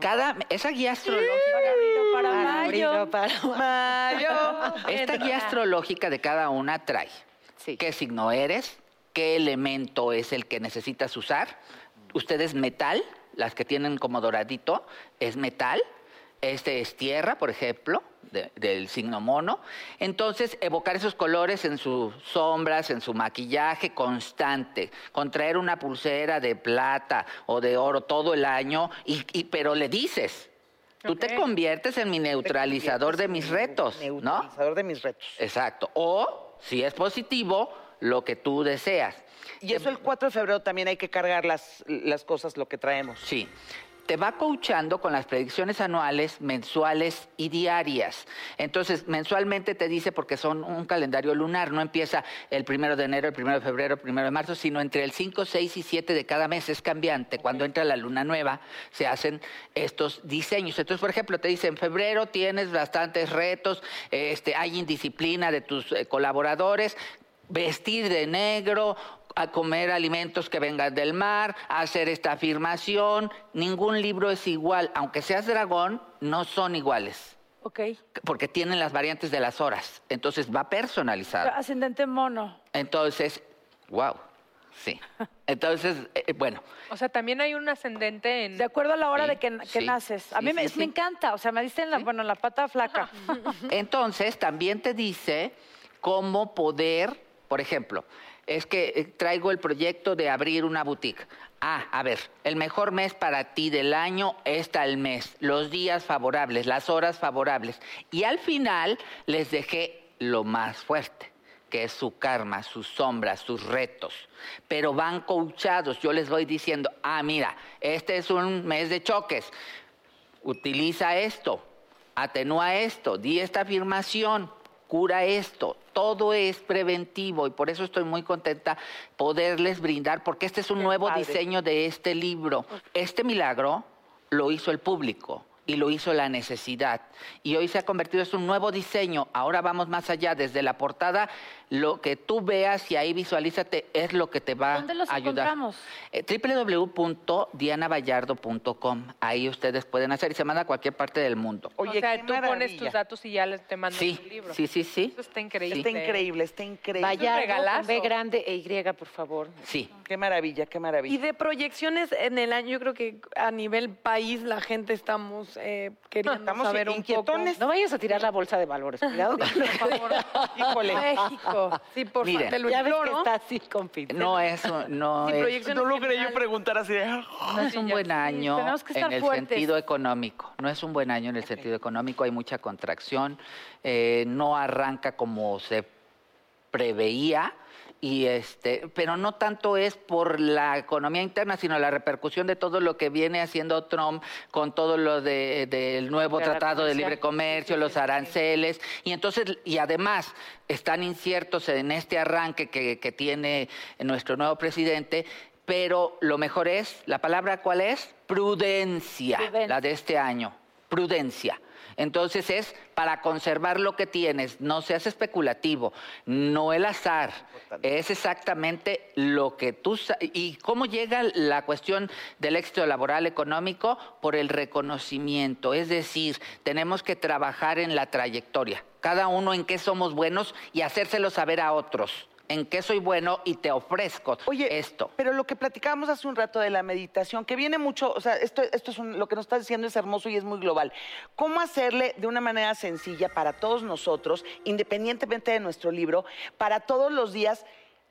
Cada, esa guía astrológica... Para mayo. Abrigo, para- Esta guía astrológica de cada una trae Sí. qué signo eres, qué elemento es el que necesitas usar. Ustedes metal, las que tienen como doradito, es metal. Este es tierra, por ejemplo, de- del signo mono. Entonces, evocar esos colores en sus sombras, en su maquillaje constante, contraer una pulsera de plata o de oro todo el año, y- y- pero le dices, tú te Ok. conviertes en mi neutralizador de mis retos, ¿no? Neutralizador de mis retos. Exacto. O, si es positivo, lo que tú deseas. Y eso el 4 de febrero también hay que cargar las, las cosas, lo que traemos. Sí. Te va coachando con las predicciones anuales, mensuales y diarias. Entonces, mensualmente te dice, porque son un calendario lunar, no empieza el primero de enero, el primero de febrero, el primero de marzo, sino entre el 5, 6 y 7 de cada mes es cambiante. Cuando entra la luna nueva, se hacen estos diseños. Entonces, por ejemplo, te dice, en febrero tienes bastantes retos, este, hay indisciplina de tus eh, colaboradores, vestir de negro, a comer alimentos que vengan del mar, a hacer esta afirmación. Ningún libro es igual, aunque seas dragón, no son iguales, Ok. porque tienen las variantes de las horas. Entonces va personalizado. Ascendente mono. ah, Entonces, wow, sí. Entonces, eh, bueno, O sea, también hay un ascendente en. De acuerdo a la hora Sí, de que, que sí, naces. A sí, mí me, sí, me sí. encanta. O sea, me diste en la, bueno, en la pata flaca. Entonces, también te dice cómo poder, por ejemplo, es que eh, traigo el proyecto de abrir una boutique. Ah, a ver, el mejor mes para ti del año es tal mes, los días favorables, las horas favorables. Y al final les dejé lo más fuerte, que es su karma, sus sombras, sus retos. Pero van coachados. Yo les voy diciendo, ah, mira, este es un mes de choques. Utiliza esto, atenúa esto, di esta afirmación, cura esto. Todo es preventivo y por eso estoy muy contenta poderles brindar, porque este es un nuevo diseño de este libro. Este milagro lo hizo el público y lo hizo la necesidad. Y hoy se ha convertido en un nuevo diseño. Ahora vamos más allá. Desde la portada, lo que tú veas y ahí visualízate es lo que te va ¿Dónde los a ayudar. encontramos? Eh, www.dianavallardo.com. Ahí ustedes pueden hacer y se manda a cualquier parte del mundo. Oye, o sea, qué tú pones maravilla. tus datos y ya les- te mandan Sí, el libro. sí, sí, sí. Eso está increíble. Está increíble, está increíble. Vaya, regalazo. B grande e Y, por favor. Sí. Qué maravilla, qué Y maravilla. de proyecciones en el año, yo creo que a nivel país la gente estamos eh, queriendo Estamos saber un poco. inquietones. No vayas a tirar la bolsa de valores, cuidado. Híjole. México. Sí, por Miren, favor, te lo ya ves que imploro. está así, compito. No es, un- no Sí, es- proyecciones No logré yo generales. preguntar así de... "Ah". no es un buen año tenemos que en estar el fuertes. sentido económico. No es un buen año en el sentido económico. Hay mucha contracción. eh, no arranca como se preveía. Y este, pero no tanto es por la economía interna, sino la repercusión de todo lo que viene haciendo Trump con todo lo de- del nuevo Guerra tratado de comercial. libre comercio, los aranceles. Y entonces, y además, están inciertos en este arranque que, que tiene nuestro nuevo presidente. Pero lo mejor es, ¿la palabra cuál es? Prudencia, Prudencia. la de este año. Prudencia. Entonces es para conservar lo que tienes, no seas especulativo, no el azar, es exactamente lo que tú... sa- ¿Y cómo llega la cuestión del éxito laboral económico? Por el reconocimiento, es decir, tenemos que trabajar en la trayectoria, cada uno en qué somos buenos y hacérselo saber a otros, en qué soy bueno y te ofrezco Oye, esto. pero lo que platicábamos hace un rato de la meditación, que viene mucho, o sea, esto, esto es un- lo que nos estás diciendo es hermoso y es muy global. ¿Cómo hacerle de una manera sencilla para todos nosotros, independientemente de nuestro libro, para todos los días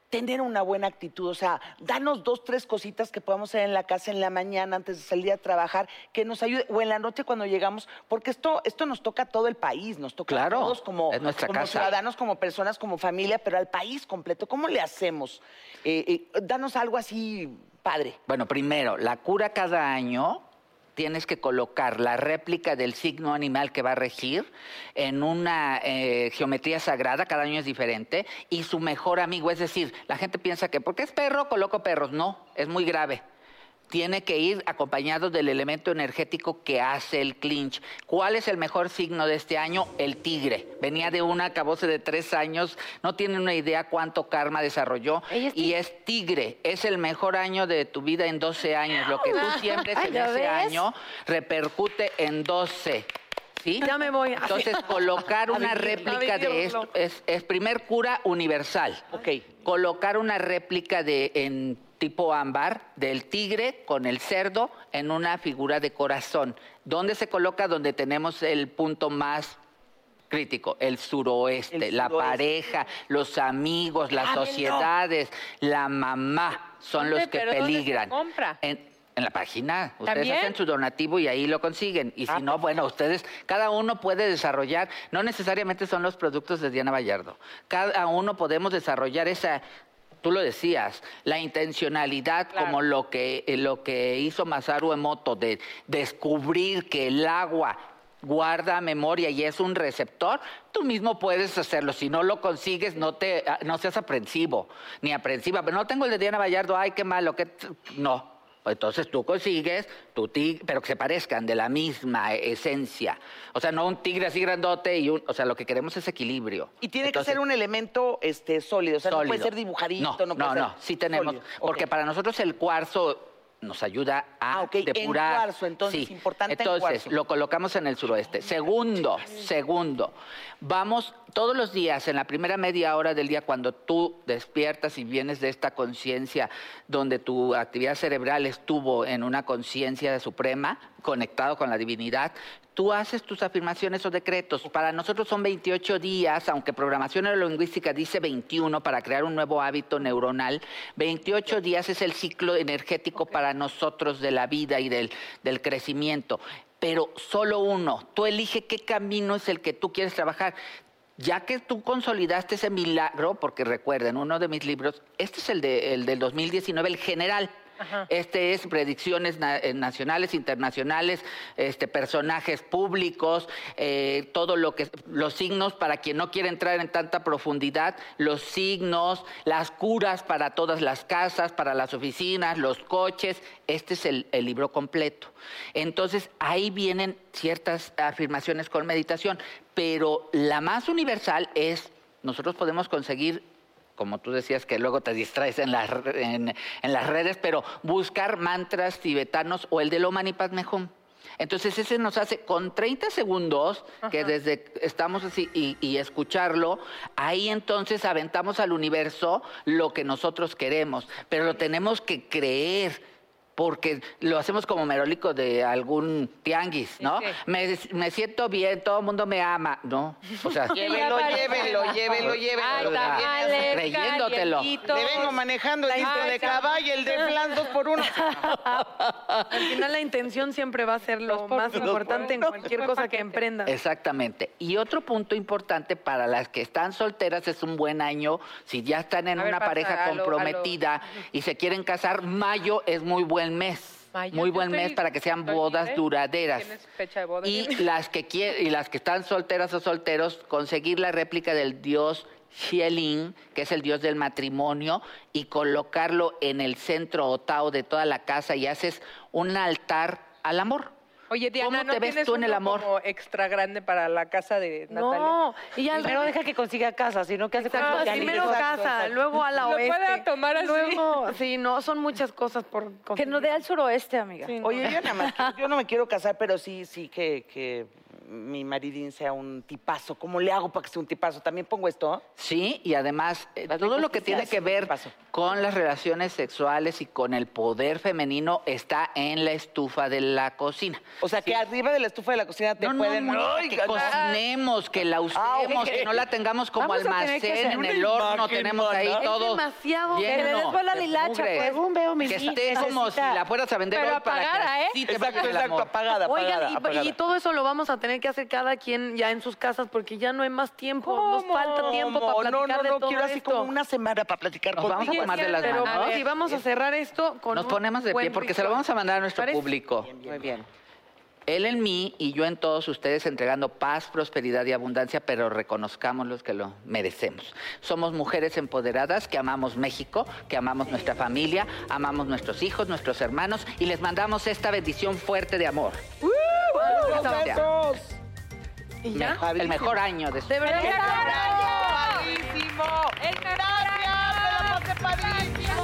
tener una buena actitud? O sea, danos dos, tres cositas que podamos hacer en la casa en la mañana antes de salir a trabajar, que nos ayude, o en la noche cuando llegamos, porque esto, esto nos toca a todo el país, nos toca Claro, a todos como, es nuestra como casa. ciudadanos ciudadanos, como personas, como familia, pero al país completo. ¿Cómo le hacemos? Eh, eh, danos algo así, padre. Bueno, primero, la cura cada año tienes que colocar la réplica del signo animal que va a regir en una eh, geometría sagrada, cada año es diferente, y su mejor amigo, es decir, la gente piensa que porque es perro, coloco perros. No, es muy grave. Tiene que ir acompañado del elemento energético que hace el clinch. ¿Cuál es el mejor signo de este año? El tigre. Venía de una acabose de tres años, no tiene una idea cuánto karma desarrolló. Ella es Y es tigre, es el mejor año de tu vida en 12 años. Lo que tú siembres en ¿ya ese ves? año repercute en 12. ¿Sí? Ya me voy. Entonces, colocar una réplica de vivirlo. esto es, es primer cura universal. Ok. Colocar una réplica de en tipo ámbar del tigre con el cerdo en una figura de corazón. ¿Dónde se coloca? Donde tenemos el punto más crítico, el suroeste, El la suroeste. pareja, los amigos, las sociedades, la mamá son ¿Dónde? los que ¿Pero dónde se peligran. compra? En, en la página, ustedes ¿También? hacen su donativo y ahí lo consiguen. Y si no, bueno, ustedes, cada uno puede desarrollar, no necesariamente son los productos de Diana Vallardo, cada uno podemos desarrollar esa... Tú lo decías, la intencionalidad como lo que, eh, lo que hizo Masaru Emoto de descubrir que el agua guarda memoria y es un receptor, tú mismo puedes hacerlo. Si no lo consigues, no, te, ah, no seas aprensivo, ni aprensiva. Pero no tengo el de Diana Vallardo, ay, qué malo, qué... t-". No. Entonces tú consigues tu tigre, pero que se parezcan de la misma e- esencia. O sea, no un tigre así grandote y un... O sea, lo que queremos es equilibrio. Y tiene Entonces, que ser un elemento este, sólido, o sea, no puede sólido. ser dibujadito, no, No, puede no, ser no, sí tenemos. sólido. Porque Ok. para nosotros el cuarzo nos ayuda a Ah, ok, en depurar. cuarzo, entonces, importante en Entonces, cuarzo. lo colocamos en el suroeste. Segundo, segundo, vamos todos los días, en la primera media hora del día, cuando tú despiertas y vienes de esta conciencia donde tu actividad cerebral estuvo en una conciencia suprema, conectado con la divinidad, tú haces tus afirmaciones o decretos. Para nosotros son 28 días, aunque programación neurolingüística dice 21 para crear un nuevo hábito neuronal. 28 días es el ciclo energético para nosotros de la vida y del, del crecimiento. Pero solo uno. Tú elige qué camino es el que tú quieres trabajar. Ya que tú consolidaste ese milagro, porque recuerden, uno de mis libros, este es el, de, el del 2019, el general. Este es predicciones na- eh, nacionales, internacionales, este, personajes públicos, eh, todo lo que los signos para quien no quiere entrar en tanta profundidad, los signos, las curas para todas las casas, para las oficinas, los coches. Este es el, el libro completo. Entonces ahí vienen ciertas afirmaciones con meditación, pero la más universal es nosotros podemos conseguir como tú decías, que luego te distraes en las, re- en, en las redes, pero buscar mantras tibetanos o el de Loma Ni Padme Hum. Entonces ese nos hace con 30 segundos, que desde que estamos así y, y escucharlo, ahí entonces aventamos al universo lo que nosotros queremos, pero lo tenemos que creer. Porque lo hacemos como merolico de algún tianguis, ¿no? Sí, sí. Me, me siento bien, todo el mundo me ama, ¿no? O sea, Llévelo, llévelo, llévelo, llévelo. Ay, Lo que tamales, viene a- creyéndotelo. calientitos. Le vengo manejando el litro de caballo, el de flan dos por uno. Al final la intención siempre va a ser lo más importante en cualquier cosa que emprendas. Exactamente. Y otro punto importante para las que están solteras es un buen año. Si ya están en A ver, una pasa, pareja a lo- a lo- comprometida y se quieren casar, mayo es muy buen mes. Mayo, muy yo buen estoy- ¿eh? mes para que sean estoy bodas libre. duraderas. ¿Tienes fecha de boda Y libre? las que quie- y las que están solteras o solteros, conseguir la réplica del dios Xielin, que es el dios del matrimonio, y colocarlo en el centro o tao de toda la casa y haces un altar al amor. Oye, Diana, ¿cómo ¿no te ves tienes tú en el uno amor? como extra grande para la casa de Natalia? No, y ya primero deja que consiga casa, sino que Ah, hace Exacto, cuánto que primero anima. casa, luego a la Lo oeste. pueda tomar así. Luego, sí, no, son muchas cosas por Que nos dé al suroeste, amiga. Sí, no. Oye, yo, nada más, quiero- yo no me quiero casar, pero sí, sí que, que mi maridín sea un tipazo. ¿Cómo le hago para que sea un tipazo? También pongo esto. ¿eh? Sí, y además eh, Las todo lo que injusticias, tiene que ver paso. con las relaciones sexuales y con el poder femenino está en la estufa de la cocina. O sea, que arriba de la estufa de la cocina te No, no, pueden... no, ¡Ay, que ganar! cocinemos, que la usemos, ok. que no la tengamos como Vamos a tener que almacén hacer en una el horno, imagen, tenemos ahí mana. todo demasiado, lleno que le des bola a la de hilacha, mugre. pues. Según veo, mi que vida esté como si necesita- la fueras a vender Pero hoy para apagada, que ¿eh? sí te vaya Exacto, el exacto, amor. apagada, apagada, Oigan, y- apagada. y, todo eso lo vamos a tener que hacer cada quien ya en sus casas porque ya no hay más tiempo, nos ¿Cómo? falta tiempo para platicar No, no, de no, todo quiero así esto. como una semana para platicar Nos vamos a contigo. tomar de las Pero manos. pues, sí, vamos a cerrar esto con Nos un ponemos de buen pie porque se lo ritual. vamos a mandar a nuestro ¿Parece? público. Muy bien. Él en mí y yo en todos ustedes entregando paz, prosperidad y abundancia, pero reconozcamos los que lo merecemos. Somos mujeres empoderadas que amamos México, que amamos nuestra familia, amamos nuestros hijos, nuestros hermanos y les mandamos esta bendición fuerte de amor. ¿Y ya? El mejor año de su De verdad, ¡Padrísimo! ¡Gracias! ¡Pero qué padrísimo!